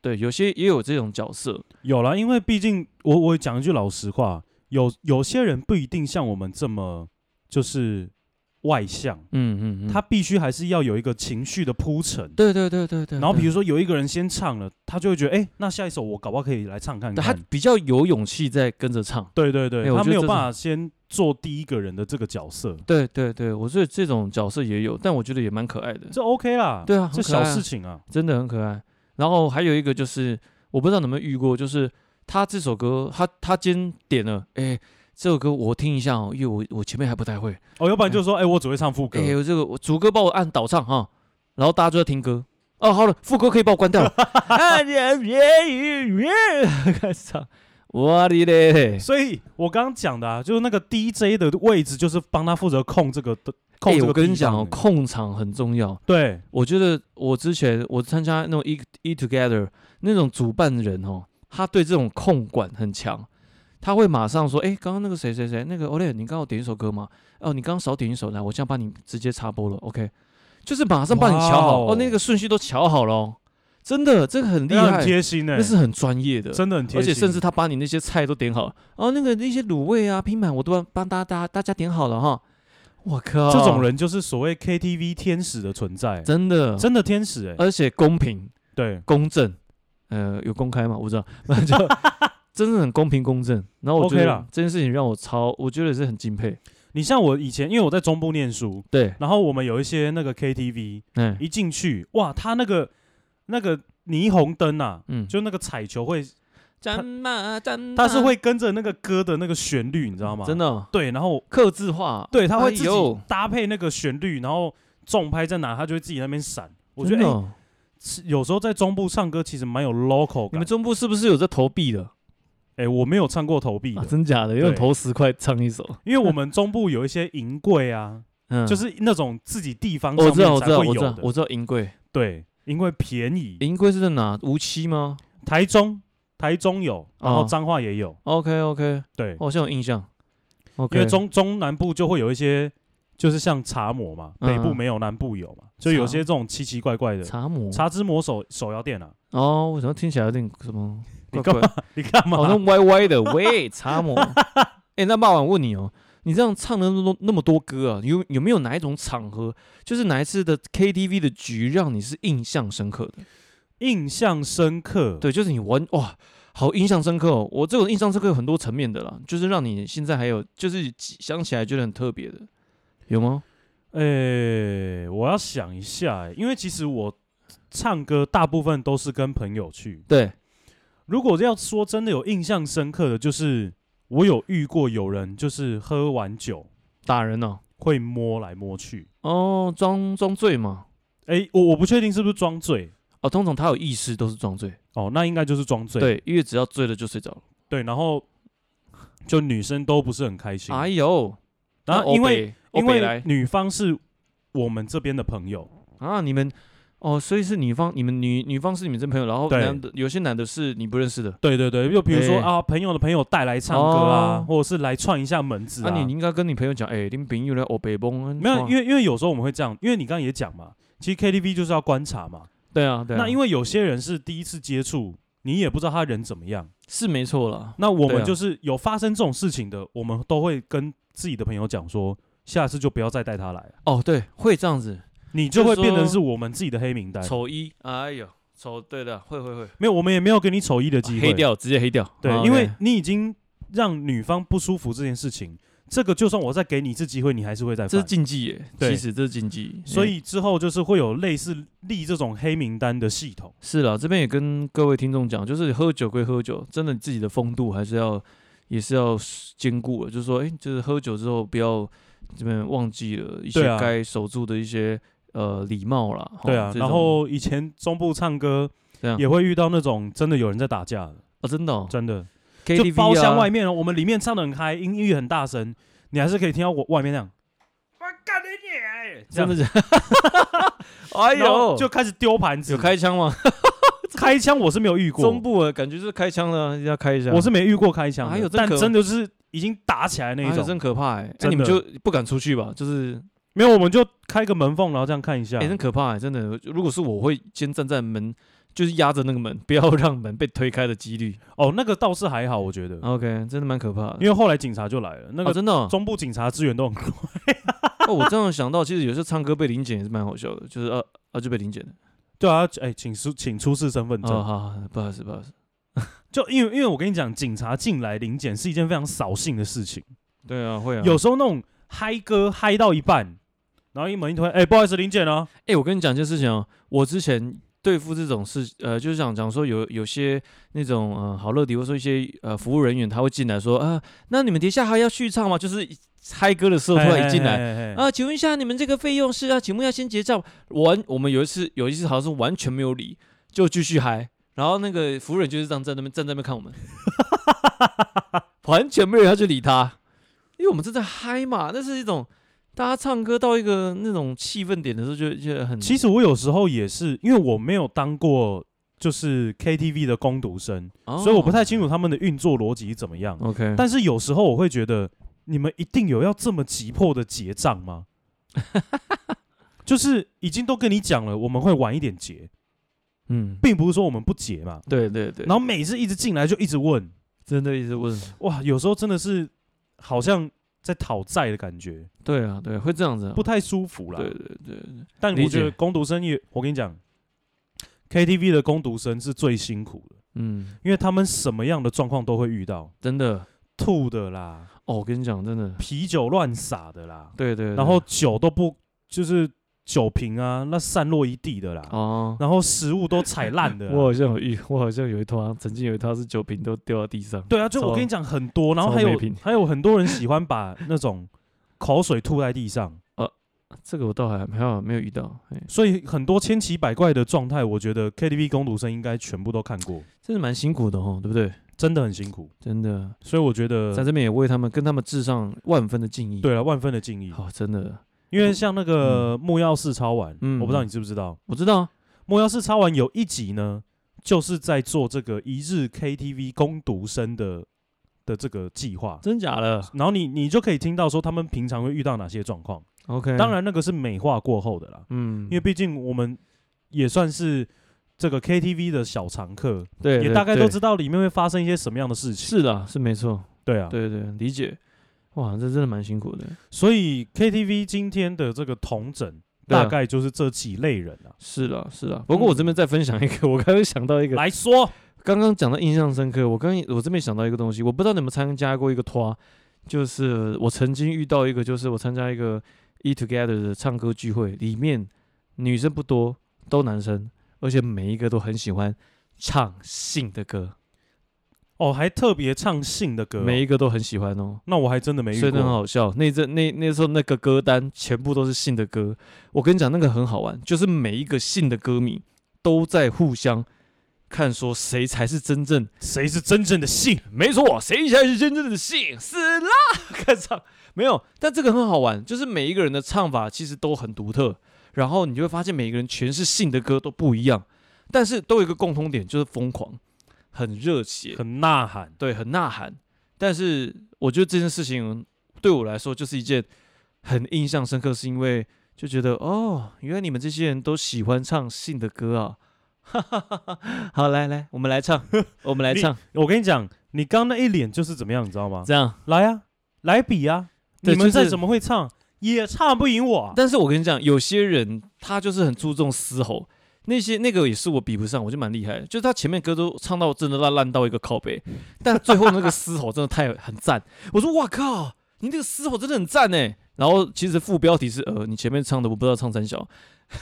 Speaker 5: 对，有些也有这种角色，
Speaker 2: 有了，因为毕竟我我讲一句老实话，有有些人不一定像我们这么就是外向，
Speaker 5: 嗯嗯嗯，
Speaker 2: 他必须还是要有一个情绪的铺陈。
Speaker 5: 对对对对对，
Speaker 2: 然后比
Speaker 5: 对
Speaker 2: 如说有一个人先唱了，他就会觉得，哎、那下一首我搞不好可以来唱看
Speaker 5: 对他
Speaker 2: 看。
Speaker 5: 比较有勇气在跟着唱。
Speaker 2: 对对对，
Speaker 5: 哎我
Speaker 2: 他
Speaker 5: 觉得
Speaker 2: 没有
Speaker 5: 这
Speaker 2: 办法先做第一个人的这个角色，
Speaker 5: 对对对，我觉得这种角色也有，但我觉得也蛮可爱的，
Speaker 2: 这 OK 啦，
Speaker 5: 对啊
Speaker 2: 这
Speaker 5: 很可爱
Speaker 2: 小
Speaker 5: 啊
Speaker 2: 事情啊，
Speaker 5: 真的很可爱。然后还有一个就是，我不知道你们有没有遇过，就是他这首歌，他他今天点了，哎，这首歌我听一下哦，因为我我前面还不太会，
Speaker 2: 哦，要不然就说，哎、我只会唱副歌，
Speaker 5: 哎，我这个我主歌帮我按倒唱哈，然后大家就在听歌。哦，好了，副歌可以把我关掉了。啊，耶耶耶，开始唱，我的嘞！
Speaker 2: 所以我刚刚讲的啊，就是那个 DJ 的位置，就是帮他负责控这个的，控
Speaker 5: 哎
Speaker 2: 这个、
Speaker 5: 我跟你讲哦，，控场很重要。
Speaker 2: 对，
Speaker 5: 我觉得我之前我参加那种 E E Together 那种主办人哦，他对这种控管很强，他会马上说，哎，刚刚那个谁谁谁，那个 Olay，你刚刚有点一首歌吗？哦，你刚刚少点一首，来，我这样帮你直接插播了，OK，就是马上帮你瞧好，
Speaker 2: 哇哦
Speaker 5: 哦，那个顺序都瞧好了、哦，真的，这个很厉
Speaker 2: 那很
Speaker 5: 害，
Speaker 2: 贴心呢、
Speaker 5: 那是很专业的，
Speaker 2: 真的很贴
Speaker 5: 而
Speaker 2: 心，
Speaker 5: 且甚至他把你那些菜都点好了，哦，那个那些卤味啊、拼盘我都帮帮大家大家点好了哈，我靠，
Speaker 2: 这种人就是所谓 KTV 天使的存在，
Speaker 5: 真
Speaker 2: 真
Speaker 5: 的，呃
Speaker 2: 的天使哎、
Speaker 5: 而且公平。
Speaker 2: 对，
Speaker 5: 公正，呃，有公开吗？我不知道， 那就真的很公平公正。然后我觉
Speaker 2: OK
Speaker 5: 得
Speaker 2: 啦
Speaker 5: 这件事情让我超，我觉得是很敬佩。
Speaker 2: 你像我以前，因为我在中部念书，
Speaker 5: 对，
Speaker 2: 然后我们有一些那个 KTV，
Speaker 5: 哎，
Speaker 2: 一进去，哇，他那个那个霓虹灯啊，
Speaker 5: 嗯，
Speaker 2: 就那个彩球会，
Speaker 5: 战马战马，
Speaker 2: 它是会跟着那个歌的那个旋律，你知道吗？
Speaker 5: 真
Speaker 2: 的
Speaker 5: 的哦
Speaker 2: 对，然后
Speaker 5: 刻字化，
Speaker 2: 对，他会
Speaker 5: 哎
Speaker 2: 自己
Speaker 5: 呦
Speaker 2: 搭配那个旋律，然后重拍在哪，他就会自己在那边闪。我觉得
Speaker 5: 真的
Speaker 2: 哎、
Speaker 5: 哦
Speaker 2: 是有时候在中部唱歌其实蛮有 local
Speaker 5: 你
Speaker 2: 感
Speaker 5: 们。中部是不是有在投币的？
Speaker 2: 哎、我没有唱过投币的、
Speaker 5: 啊，真假的？有
Speaker 2: 对
Speaker 5: 人投十块唱一首，
Speaker 2: 因为我们中部有一些银柜啊，
Speaker 5: 嗯，哦
Speaker 2: 就是那种自己地方
Speaker 5: 我
Speaker 2: 上
Speaker 5: 知道，
Speaker 2: 面
Speaker 5: 我
Speaker 2: 才
Speaker 5: 知道，
Speaker 2: 会
Speaker 5: 我
Speaker 2: 有
Speaker 5: 知道
Speaker 2: 的，。
Speaker 5: 我知道银柜，
Speaker 2: 对，因为便宜。
Speaker 5: 银柜是在哪？无期吗
Speaker 2: 台中，台中有，然后
Speaker 5: 哦
Speaker 2: 彰化也有，
Speaker 5: ？OK OK，
Speaker 2: 对，
Speaker 5: 哦我好像有印象。OK，
Speaker 2: 因为中中南部就会有一些，就是像茶魔嘛，
Speaker 5: 嗯
Speaker 2: 北部没有，南部有嘛，就有些这种奇奇怪怪的
Speaker 5: 茶魔
Speaker 2: 茶之魔手手摇店啊，
Speaker 5: 哦，为什么听起来有点什么？
Speaker 2: 你
Speaker 5: 怪
Speaker 2: 干
Speaker 5: 怪
Speaker 2: 嘛？你干嘛？
Speaker 5: 好像哦歪歪的，喂，茶 魔。哎、那爸爸，我问你哦，你这样唱了那么多那么多歌啊，有有没有哪一种场合，就是哪一次的 KTV 的局让你是印象深刻的？
Speaker 2: 印象深刻，
Speaker 5: 对，就是你玩哇，好印象深刻哦。我这种印象深刻有很多层面的啦，就是让你现在还有就是记想起来觉得很特别的，有吗？
Speaker 2: 诶、哎我要想一下、欸，因为其实我唱歌大部分都是跟朋友去。
Speaker 5: 对，
Speaker 2: 如果要说真的有印象深刻的，就是我有遇过有人就是喝完酒
Speaker 5: 打人哦，
Speaker 2: 会摸来摸去。
Speaker 5: 哦，装装醉嘛。
Speaker 2: 诶、我我不确定是不是装醉
Speaker 5: 哦，通常他有意识都是装醉，
Speaker 2: 哦，那应该就是装醉。
Speaker 5: 对，因为只要醉了就睡着了。
Speaker 2: 对然后就女生都不是很开心。
Speaker 5: 哎呦，
Speaker 2: 然
Speaker 5: 那
Speaker 2: 后
Speaker 5: 欧
Speaker 2: 因为
Speaker 5: 北欧
Speaker 2: 因
Speaker 5: 北
Speaker 2: 为
Speaker 5: 来
Speaker 2: 女方是我们这边的朋友，
Speaker 5: 啊，你们哦，所以是女方，你们女女方是你们真朋友，然后
Speaker 2: 对
Speaker 5: 男的有些男的是你不认识的，
Speaker 2: 对对对，就比如说、
Speaker 5: 哎
Speaker 2: 啊，朋友的朋友带来唱歌啊，
Speaker 5: 哦
Speaker 2: 或者是来串一下门子
Speaker 5: 那、
Speaker 2: 啊。
Speaker 5: 你你应该跟你朋友讲，哎、林炳又来哦北崩，
Speaker 2: 没有，因
Speaker 5: 为
Speaker 2: 为因为有时候我们会这样，因为你刚刚也讲嘛，其实 KTV 就是要观察嘛。
Speaker 5: 对啊，对啊，
Speaker 2: 那因
Speaker 5: 为
Speaker 2: 为有些人是第一次接触，你也不知道他人怎么样。
Speaker 5: 是没错啦，
Speaker 2: 那我
Speaker 5: 对
Speaker 2: 们
Speaker 5: 啊
Speaker 2: 就是有发生这种事情的，我们都会跟自己的朋友讲说，下次就不要再带他来了，
Speaker 5: 哦，对，会这样子，
Speaker 2: 你就会
Speaker 5: 就说
Speaker 2: 变成是我们自己的黑名单。
Speaker 5: 丑一，哎呦，丑，对的，会会会，
Speaker 2: 没有，我们也没有给你丑一的机会。
Speaker 5: 黑掉，直接黑掉，
Speaker 2: 对，
Speaker 5: 啊
Speaker 2: 因为
Speaker 5: OK
Speaker 2: 你已经让女方不舒服这件事情，这个就算我再给你一次机会，你还是会再
Speaker 5: 这
Speaker 2: 犯
Speaker 5: 是。禁忌耶，
Speaker 2: 对
Speaker 5: 其实这是禁忌，
Speaker 2: 所
Speaker 5: 哎
Speaker 2: 以之后就是会有类似立这种黑名单的系统。
Speaker 5: 是啦，这边也跟各位听众讲，就是喝酒归喝酒，真的自己的风度还是要也是要兼顾的。就是说，哎、就是喝酒之后不要这边忘记了一些
Speaker 2: 对啊
Speaker 5: 该守住的一些、呃礼貌啦。齁
Speaker 2: 对啊，
Speaker 5: 这种
Speaker 2: 然后以前中部唱歌
Speaker 5: 这样
Speaker 2: 也会遇到那种真的有人在打架的，
Speaker 5: 哦，真的、哦、
Speaker 2: 真的
Speaker 5: KTV
Speaker 2: 就包厢外
Speaker 5: 面
Speaker 2: 面哦，我们里面唱的很嗨，音域很大声，你还是可以听到我外面那样，
Speaker 5: 真的假？ 哎
Speaker 2: 然后
Speaker 5: 呦，
Speaker 2: 就开始丢盘子，
Speaker 5: 有开枪吗？
Speaker 2: 开枪我是没有遇过
Speaker 5: 中，部的感觉就是开枪了，要开一下。
Speaker 2: 我是没遇过开枪
Speaker 5: 哎
Speaker 2: 的
Speaker 5: 呦，真
Speaker 2: 但
Speaker 5: 可
Speaker 2: 真的就是已经打起来那
Speaker 5: 哎
Speaker 2: 一
Speaker 5: 呦真
Speaker 2: 种，
Speaker 5: 可怕哎、哎
Speaker 2: 真
Speaker 5: 你们
Speaker 2: 的
Speaker 5: 就不敢出去吧？就是
Speaker 2: 没有我们就开个门缝，然后这样看一下
Speaker 5: 哎、，真可怕、欸，真的。如果是我会先站在门，就是压着那个门，不要让门被推开的几率。
Speaker 2: 哦，那个倒是还好，我觉得，
Speaker 5: OK，真的蛮可怕的。
Speaker 2: 因为后来警察就来了，那
Speaker 5: 嗯哦、
Speaker 2: 个
Speaker 5: 真的哦、
Speaker 2: 中部警察支援都很多，
Speaker 5: 哦，我这样想到，其实有时候唱歌被临检也是蛮好笑的，就是呃啊就被临检了。
Speaker 2: 对啊，哎，请出请出示身份证
Speaker 5: 哦，，好，好不好意思，不好意思。
Speaker 2: 就因为因为我跟你讲，警察进来临检是一件非常扫兴的事情。
Speaker 5: 对啊，会啊。
Speaker 2: 有时候那种嗨歌嗨到一半，然后一门一推，哎、不好意思，林检哦，
Speaker 5: 哎、我跟你讲一件事情哦，我之前对付这种事，呃，就是想讲说有有些那种呃好乐迪或者说一些呃服务人员他会进来说啊、那你们底下还要续唱吗？就是一嗨歌的时候突然一进来，
Speaker 2: 来
Speaker 5: 啊，请问一下，你们这个费用是啊？请问要先结账？完，我们有一次有一次好像是完全没有理，就继续嗨。然后那个服务人就是这样站在那边站在那边看我们，完全没有人要去理他，因为我们正在嗨嘛，那是一种大家唱歌到一个那种气氛点的时候就就很
Speaker 2: 其实我有时候也是，因为我没有当过就是 KTV 的攻读生，
Speaker 5: 哦嗯
Speaker 2: 所以我不太清楚他们的运作逻辑怎么样。
Speaker 5: OK，
Speaker 2: 但是有时候我会觉得，你们一定有要这么急迫的结账吗？就是已经都跟你讲了，我们会晚一点结，
Speaker 5: 嗯，
Speaker 2: 并不是说我们不结嘛。
Speaker 5: 对对对，
Speaker 2: 然后每次一直进来就一直问，
Speaker 5: 真的一直问，
Speaker 2: 哇，有时候真的是好像在讨债的感觉，
Speaker 5: 对啊对，会这样子啊、
Speaker 2: 不太舒服啦。
Speaker 5: 对对对嗯对，
Speaker 2: 但
Speaker 5: 理
Speaker 2: 我
Speaker 5: 解
Speaker 2: 觉得工读生也，我跟你讲，KTV 的工读生是最辛苦的，
Speaker 5: 嗯，
Speaker 2: 因为他们什么样的状况都会遇到，
Speaker 5: 真的
Speaker 2: 吐的啦，
Speaker 5: 哦，我跟你讲，真的，
Speaker 2: 啤酒乱洒的啦，
Speaker 5: 对对对
Speaker 2: 然后酒都不就是酒瓶啊，那散落一地的啦，
Speaker 5: 哦，
Speaker 2: 然后食物都踩烂的啦。
Speaker 5: 我好像有遇，我好像有一套，曾经有一套是酒瓶都掉到地上。
Speaker 2: 对啊，就我
Speaker 5: 超
Speaker 2: 跟你讲很多，然后还
Speaker 5: 超没
Speaker 2: 有
Speaker 5: 品
Speaker 2: 还有很多人喜欢把那种口水吐在地上，
Speaker 5: 这个我倒还还好没有遇到，哎，
Speaker 2: 所以很多千奇百怪的状态，我觉得 KTV 攻读生应该全部都看过，
Speaker 5: 真是蛮辛苦的哦，对不对？
Speaker 2: 真的很辛苦。
Speaker 5: 真的，
Speaker 2: 所以我觉得
Speaker 5: 在，这边也为他们跟他们致上万分的敬意。，
Speaker 2: 呃对了，万分的敬意。
Speaker 5: 好，真的，
Speaker 2: 因为像那个木曜四超玩，
Speaker 5: 嗯
Speaker 2: 我不知道你知不知道，
Speaker 5: 我知道啊，
Speaker 2: 木曜四超玩有一集呢，就是在做这个一日 KTV 攻读生的的这个计划。
Speaker 5: 真假的
Speaker 2: 然后你你就可以听到说他们平常会遇到哪些状况，
Speaker 5: ，OK，
Speaker 2: 当，然那个是美化过后的啦，
Speaker 5: 嗯，
Speaker 2: 因为毕竟我们也算是这个 KTV 的小常客，
Speaker 5: 对，
Speaker 2: 也
Speaker 5: 对
Speaker 2: 大概都
Speaker 5: 对
Speaker 2: 知道里面会发生一些什么样的事情。
Speaker 5: 是的，是没错，
Speaker 2: 对啊，
Speaker 5: 对对，理解。哇，这真的蛮辛苦的。
Speaker 2: 所以 KTV 今天的这个同整
Speaker 5: 对啊
Speaker 2: 大概就是这几类人啊。
Speaker 5: 是的，是的。不过我这边再分享一个，我刚刚想到一个，
Speaker 2: 来说，
Speaker 5: 刚刚讲到印象深刻，我刚我这边想到一个东西，我不知道你们参加过一个拖，就是我曾经遇到一个，就是我参加一个 E Together 的唱歌聚会，里面女生不多，都男生，而且每一个都很喜欢唱性的歌，
Speaker 2: 哦，还特别唱性的歌哦、
Speaker 5: 每一个都很喜欢哦。
Speaker 2: 那我还真的没遇
Speaker 5: 所以那很
Speaker 2: 过。
Speaker 5: 好笑，那阵那那时候那个歌单全部都是信的歌，我跟你讲那个很好玩，就是每一个信的歌迷都在互相看说谁才是真正
Speaker 2: 谁是真正的性？
Speaker 5: 没错，谁才是真正的信？死啦！开 始唱没有，但这个很好玩，就是每一个人的唱法其实都很独特，然后你就会发现每一个人诠释信的歌都不一样，但是都有一个共通点，就是疯狂，很热血，
Speaker 2: 很呐喊，
Speaker 5: 对，很呐喊。但是我觉得这件事情对我来说就是一件很印象深刻，是因为就觉得哦，原来你们这些人都喜欢唱信的歌啊。 哈哈哈哈！好，来来，我们来唱，我们来
Speaker 2: 你
Speaker 5: 唱，
Speaker 2: 我跟你讲，你刚那一脸就是怎么样，你知道吗？
Speaker 5: 这样。
Speaker 2: 来啊，来比啊！
Speaker 5: 对
Speaker 2: 你们
Speaker 5: 就是
Speaker 2: 再怎么会唱，也唱不赢我啊。
Speaker 5: 但是我跟你讲，有些人他就是很注重嘶吼，那些那个也是我比不上，我就蛮厉害的。就是他前面歌都唱到真的烂烂到一个靠 背，但最后那个嘶吼真的太很赞。我说哇靠，你那个嘶吼真的很赞哎。然后其实副标题是呃，你前面唱的我不知道唱三小，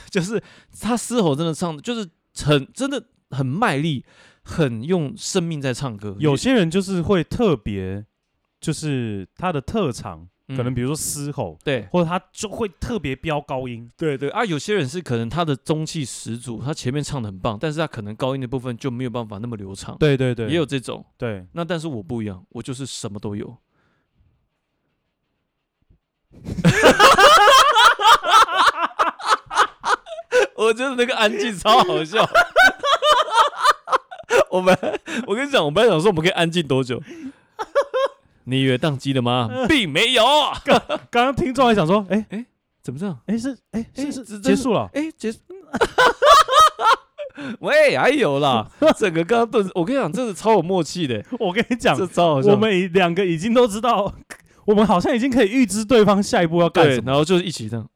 Speaker 5: 就是他嘶吼真的唱的就是很真的很卖力，很用生命在唱歌。
Speaker 2: 有些人就是会特别，就是他的特长，
Speaker 5: 嗯
Speaker 2: 可能比如说嘶吼，
Speaker 5: 对
Speaker 2: 或者他就会特别飙高音。
Speaker 5: 对对啊，有些人是可能他的中气十足，他前面唱的很棒，但是他可能高音的部分就没有办法那么流畅。
Speaker 2: 对对对
Speaker 5: 也有这种。
Speaker 2: 对，
Speaker 5: 那但是我不一样，我就是什么都有。 我觉得那个安静超好笑。 我们，我跟你讲，我班长说我们可以安静多久？ 你以为宕机了 吗？并没有。
Speaker 2: 刚刚听众还想说，哎
Speaker 5: 怎么这样？
Speaker 2: 哎是哎
Speaker 5: 哎
Speaker 2: 是是
Speaker 5: 这
Speaker 2: 结束了，
Speaker 5: 哎、结束。 喂，还有 啦，整个刚刚顿时，我跟你讲，这是超有默契的，
Speaker 2: 我跟你讲
Speaker 5: 这，超好笑。
Speaker 2: 我们已两个已经都知道， 我们好像已经可以预知对方下一步要干
Speaker 5: 对
Speaker 2: 什，么。
Speaker 5: 然后就是一起这样。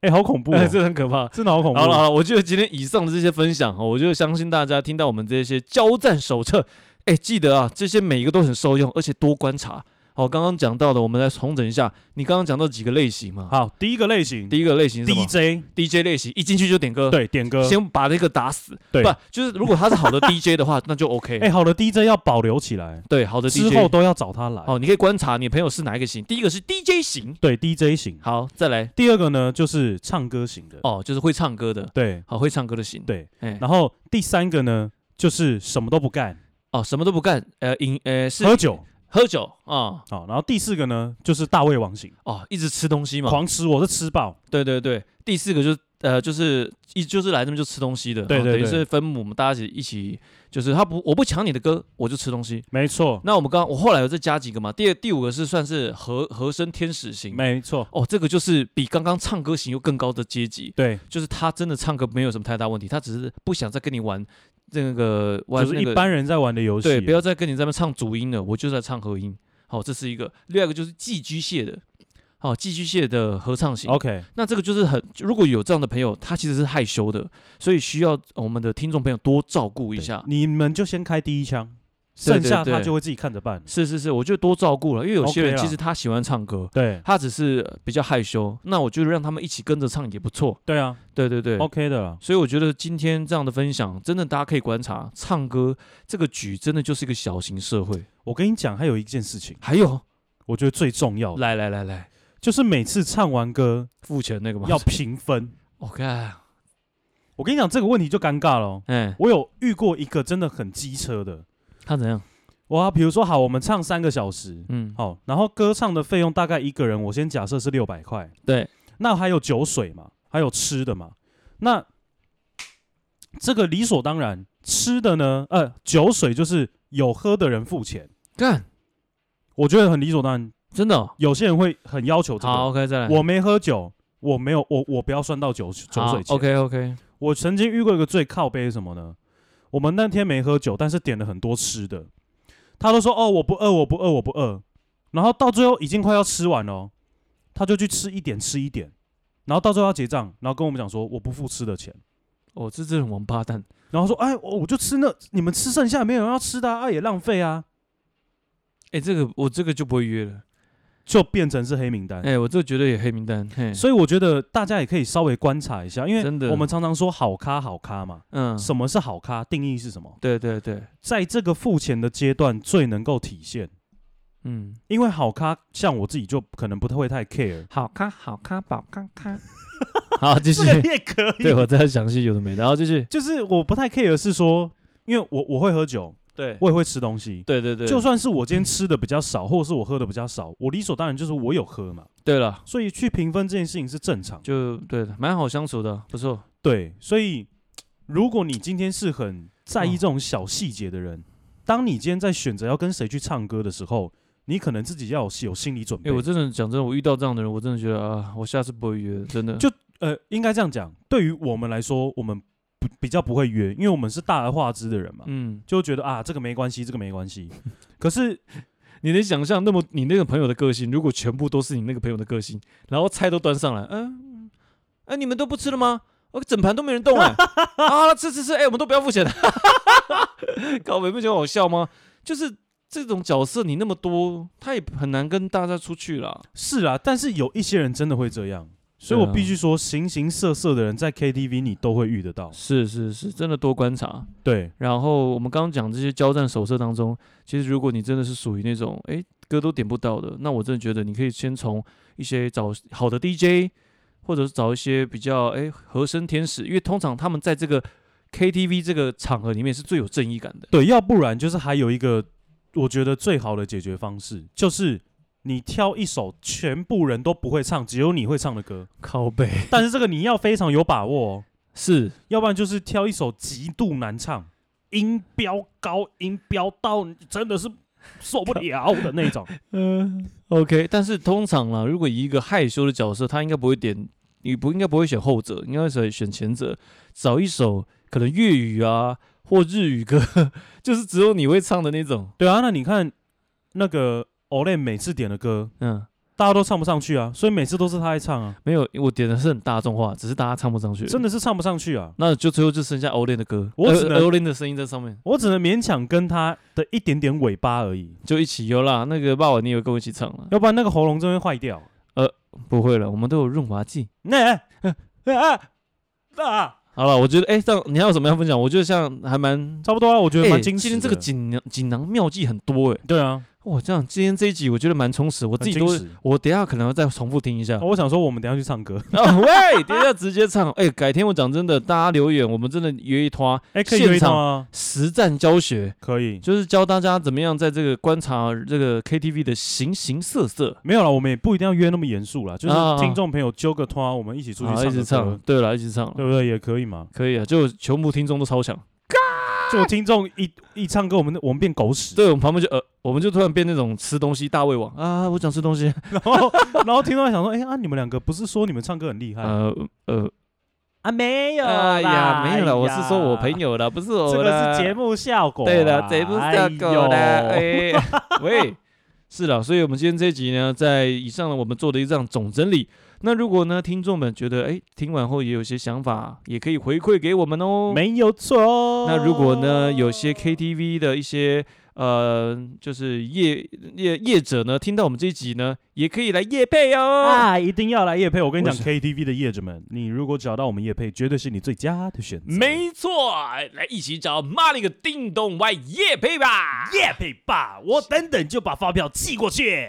Speaker 2: 哎，好恐怖哦，
Speaker 5: 哎，这很可怕。
Speaker 2: 真的好恐怖哦
Speaker 5: 好了好。了，我觉得今天以上的这些分享哦，我就相信大家听到我们这些交战手册，哎，记得啊，这些每一个都很受用，而且多观察。好，刚刚讲到的，我们来重整一下。你刚刚讲到几个类型嘛？
Speaker 2: 好，第一个类型
Speaker 5: 第一个类型是什么
Speaker 2: DJ
Speaker 5: ？DJ 类型，一进去就点歌，，
Speaker 2: 对点歌，
Speaker 5: 先把那个打死。
Speaker 2: 对
Speaker 5: 不，就是如果他是好的 DJ 的话，那就 OK。
Speaker 2: 哎，好的 DJ 要保留起来，
Speaker 5: 对，好的 DJ
Speaker 2: 之后都要找他来。
Speaker 5: 哦，你可以观察你朋友是哪一个型。第一个是 DJ 型，
Speaker 2: 对 DJ 型，
Speaker 5: 好，再来
Speaker 2: 第二个呢就是唱歌型的，
Speaker 5: 哦，就是会唱歌的，
Speaker 2: 对
Speaker 5: 好，会唱歌的型。
Speaker 2: 对。
Speaker 5: 哎，
Speaker 2: 然后第三个呢就是什么都不干，
Speaker 5: 哦，什么都不干，呃，饮，呃，是
Speaker 2: 喝酒。
Speaker 5: 喝酒啊、
Speaker 2: 好，然后第四个呢就是大胃王型，
Speaker 5: 哦，一直吃东西嘛。
Speaker 2: 狂吃，我是吃爆。
Speaker 5: 对对对，第四个就是呃，就是一就是来这边就吃东西的，
Speaker 2: 对
Speaker 5: 哦
Speaker 2: 对
Speaker 5: 等于
Speaker 2: 对
Speaker 5: 是分母，我们大家一起一起，就是他不我不抢你的歌，我就吃东西。
Speaker 2: 没错，
Speaker 5: 那我们刚我后来有再加几个嘛，第二第五个是算是和和声天使型。
Speaker 2: 没错，
Speaker 5: 哦，这个就是比刚刚唱歌型又更高的阶级，
Speaker 2: 对，
Speaker 5: 就是他真的唱歌没有什么太大问题，他只是不想再跟你玩那个玩
Speaker 2: 就
Speaker 5: 那
Speaker 2: 是
Speaker 5: 个
Speaker 2: 一般人在玩的游戏。
Speaker 5: 对，不要再跟你在那边唱主音了，我就在唱和音。好、这是一个。另外一个就是寄居蟹的，好、寄居蟹的合唱型。
Speaker 2: OK，
Speaker 5: 那这个就是很，如果有这样的朋友，他其实是害羞的，所以需要我们的听众朋友多照顾一下。
Speaker 2: 你们就先开第一枪，
Speaker 5: 对
Speaker 2: 剩下
Speaker 5: 对
Speaker 2: 他
Speaker 5: 对
Speaker 2: 就会自己看着办。
Speaker 5: 是是是，我觉得多照顾了，因为有些
Speaker 2: OK
Speaker 5: 人
Speaker 2: 啦
Speaker 5: 其实他喜欢唱歌，
Speaker 2: 对，
Speaker 5: 他只是呃比较害羞。那我觉得让他们一起跟着唱也不错。
Speaker 2: 对啊
Speaker 5: 对对对。
Speaker 2: ，OK 的啦。
Speaker 5: 所以我觉得今天这样的分享，真的大家可以观察，唱歌这个局真的就是一个小型社会。
Speaker 2: 我跟你讲，还有一件事情，
Speaker 5: 还有，
Speaker 2: 我觉得最重要的，
Speaker 5: 来来来来，
Speaker 2: 就是每次唱完歌
Speaker 5: 付钱那个吗？
Speaker 2: 要啊评分。
Speaker 5: OK，
Speaker 2: 我跟你讲这个问题就尴尬了哦、
Speaker 5: 哎，
Speaker 2: 我有遇过一个真的很机车的，
Speaker 5: 他怎样？
Speaker 2: 哇，比如说好，我们唱三个小时，
Speaker 5: 嗯，
Speaker 2: 好，然后歌唱的费用大概一个人，我先假设是六百块，
Speaker 5: 对，
Speaker 2: 那还有酒水嘛，还有吃的嘛，那这个理所当然，吃的呢，呃，酒水就是有喝的人付钱，
Speaker 5: 干，
Speaker 2: 我觉得很理所当然，
Speaker 5: 真的哦。
Speaker 2: 有些人会很要求这
Speaker 5: 好
Speaker 2: 个，
Speaker 5: ，OK，再来。
Speaker 2: 我没喝酒。我没有，我我不要算到酒酒水钱。
Speaker 5: OK OK，
Speaker 2: 我曾经遇过一个最靠背是什么呢？我们那天没喝酒，但是点了很多吃的，他都说哦我不饿我不饿我不饿，然后到最后已经快要吃完了哦，他就去吃一点吃一点，然后到最后要结账，然后跟我们讲说我不付吃的钱，
Speaker 5: 哦，这这种王八蛋，
Speaker 2: 然后说哎我我就吃那你们吃剩下没有人要吃的啊啊也浪费啊，
Speaker 5: 哎，这个我这个就不会约了。
Speaker 2: 就变成是黑名单。
Speaker 5: 哎，我这个绝对也黑名单。嘿，
Speaker 2: 所以我觉得大家也可以稍微观察一下，因
Speaker 5: 真
Speaker 2: 为
Speaker 5: 的
Speaker 2: 我们常常说好咖好咖嘛，
Speaker 5: 嗯，
Speaker 2: 什么是好咖？定义是什么？
Speaker 5: 对对对，
Speaker 2: 在这个付钱的阶段最能够体现。
Speaker 5: 嗯，
Speaker 2: 因为好咖，像我自己就可能不太会太 care。
Speaker 3: 好咖好咖宝咖咖，
Speaker 5: 好，继续。
Speaker 2: 也可
Speaker 5: 对我再详细有的没的，然后继续。
Speaker 2: 就是我不太 care 是说，因为我我会喝酒，
Speaker 5: 对，
Speaker 2: 我也会吃东西。
Speaker 5: 对对对，
Speaker 2: 就算是我今天吃的比较少，或者是我喝的比较少，我理所当然就是我有喝嘛，
Speaker 5: 对了，
Speaker 2: 所以去评分这件事情是正常的。
Speaker 5: 就对了，蛮好相处的，不错。
Speaker 2: 对，所以如果你今天是很在意这种小细节的人，当你今天在选择要跟谁去唱歌的时候，你可能自己要有有心理准备。
Speaker 5: 哎，我真的讲真的，我遇到这样的人，我真的觉得啊，我下次不会约了，真的。
Speaker 2: 就呃，应该这样讲，对于我们来说，我们不比较不会约，因为我们是大而化之的人嘛。
Speaker 5: 嗯，
Speaker 2: 就觉得啊，这个没关系，这个没关系。可是
Speaker 5: 你能想象那么你那个朋友的个性，如果全部都是你那个朋友的个性，然后菜都端上来，嗯，哎、你们都不吃了吗？我整盘都没人动哎、啊， 吃吃吃，哎、我们都不要付钱， 搞没不觉得好笑吗？就是这种角色你那么多，他也很难跟大家出去啦。
Speaker 2: 是啊，但是有一些人真的会这样，所以我
Speaker 5: 对啊
Speaker 2: 必须说，形形色色的人在 KTV 你都会遇得到。
Speaker 5: 是是是，真的多观察。
Speaker 2: 对，
Speaker 5: 然后我们刚刚讲这些交战手册当中，其实如果你真的是属于那种诶歌都点不到的，那我真的觉得你可以先从一些找好的 DJ，或者是找一些比较诶和声天使，因为通常他们在这个 KTV 这个场合里面是最有正义感的。
Speaker 2: 对，要不然就是还有一个，我觉得最好的解决方式就是你挑一首全部人都不会唱，只有你会唱的歌，
Speaker 5: 靠背
Speaker 2: 但是这个你要非常有把握、哦，
Speaker 5: 是
Speaker 2: 要不然就是挑一首极度难唱，音标高，音标到你真的是受不了的那种。
Speaker 5: 嗯，OK，但是通常啦，如果以一个害羞的角色，他应该不会点，你不应该不会选后者，应该选选前者，找一首可能粤语啊或日语歌， 就是只有你会唱的那种。
Speaker 2: 对啊，那你看那个 Olay 每次点的歌，
Speaker 5: 嗯，
Speaker 2: 大家都唱不上去啊，所以每次都是他在唱啊，
Speaker 5: 没有，我点的是很大众化，只是大家唱不上去。
Speaker 2: 真
Speaker 5: 的，
Speaker 2: 的是唱不上去啊。
Speaker 5: 那就最后就剩下欧练的歌，
Speaker 2: 我只能
Speaker 5: 欧练的声音在上面，
Speaker 2: 我只能勉强跟他的一点点尾巴而已，
Speaker 5: 就一起有啦。那个爸爸，你有跟我一起唱了？
Speaker 2: 要不然那个喉咙真会坏掉。
Speaker 5: 不会了，我们都有润滑剂。
Speaker 2: 那、啊啊，
Speaker 5: 好了，我觉得，哎、这样你还有什么要分享？我觉得像还蛮，
Speaker 2: 差不多啊，我觉得
Speaker 5: 哎
Speaker 2: 蛮惊喜
Speaker 5: 今天
Speaker 2: 的、
Speaker 5: 这个锦囊锦囊妙计很多哎、
Speaker 2: 对啊，
Speaker 5: 哇，这样今天这一集我觉得蛮充实，我自己都
Speaker 2: 很惊喜哦
Speaker 5: 我等一下可能要再重复听一下。
Speaker 2: 啊我想说我们等一下去唱歌，
Speaker 5: 啊喂，等一下直接唱。哎、改天我讲真的，大家留言，我们真的约一团
Speaker 2: 哎、可以
Speaker 5: 现
Speaker 2: 约一趟
Speaker 5: 场
Speaker 2: 啊，
Speaker 5: 实战教学，
Speaker 2: 可以。
Speaker 5: 就是教大家怎么样在这个观察这个 KTV 的形形色色。
Speaker 2: 没有了，我们也不一定要约那么严肃啦，就是
Speaker 5: 啊啊啊
Speaker 2: 听众朋友揪个团，啊我们一起出去
Speaker 5: 好，一
Speaker 2: 唱
Speaker 5: 直
Speaker 2: 个
Speaker 5: 唱
Speaker 2: 歌，，
Speaker 5: 对了，一直唱，
Speaker 2: 对不对？也可以嘛。
Speaker 5: 可以啊。就全部听众都超强，
Speaker 2: 就听众一一唱歌，我们我们变狗屎，
Speaker 5: 对我们旁边就呃，我们就突然变那种吃东西大胃王啊，我想吃东西，
Speaker 2: 然后然后听众还想说，哎、啊，你们两个不是说你们唱歌很厉害？
Speaker 5: 呃呃，
Speaker 4: 啊，没有啦，
Speaker 5: 哎呀，没有了，
Speaker 4: 哎
Speaker 5: 我
Speaker 4: 呀
Speaker 5: 是说我朋友了，不是我
Speaker 2: 这
Speaker 5: 啦
Speaker 2: 个是节目效果啊、
Speaker 5: 对了，这不是
Speaker 2: 哎
Speaker 5: 要狗的，
Speaker 2: 呦
Speaker 5: 哎、喂，是的，所以我们今天这一集呢，在以上呢，我们做的一张总整理。那如果呢，听众们觉得，哎、听完后也有些想法，也可以回馈给我们哦。
Speaker 2: 没有错哦。
Speaker 5: 那如果呢，有些 KTV 的一些呃，就是业业业者呢，听到我们这一集呢，也可以来夜配哦。
Speaker 2: 啊，一定要来夜配。我跟你讲
Speaker 5: 我是
Speaker 2: ，KTV 的业主们，你如果找到我们夜配，绝对是你最佳的选择。
Speaker 5: 没错，来一起找骂了个叮咚外夜配吧。
Speaker 2: 夜配吧，我等等就把发票寄过去。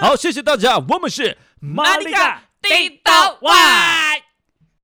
Speaker 6: 好，谢谢大家，我们是
Speaker 5: 玛丽嘎
Speaker 3: 地道哇。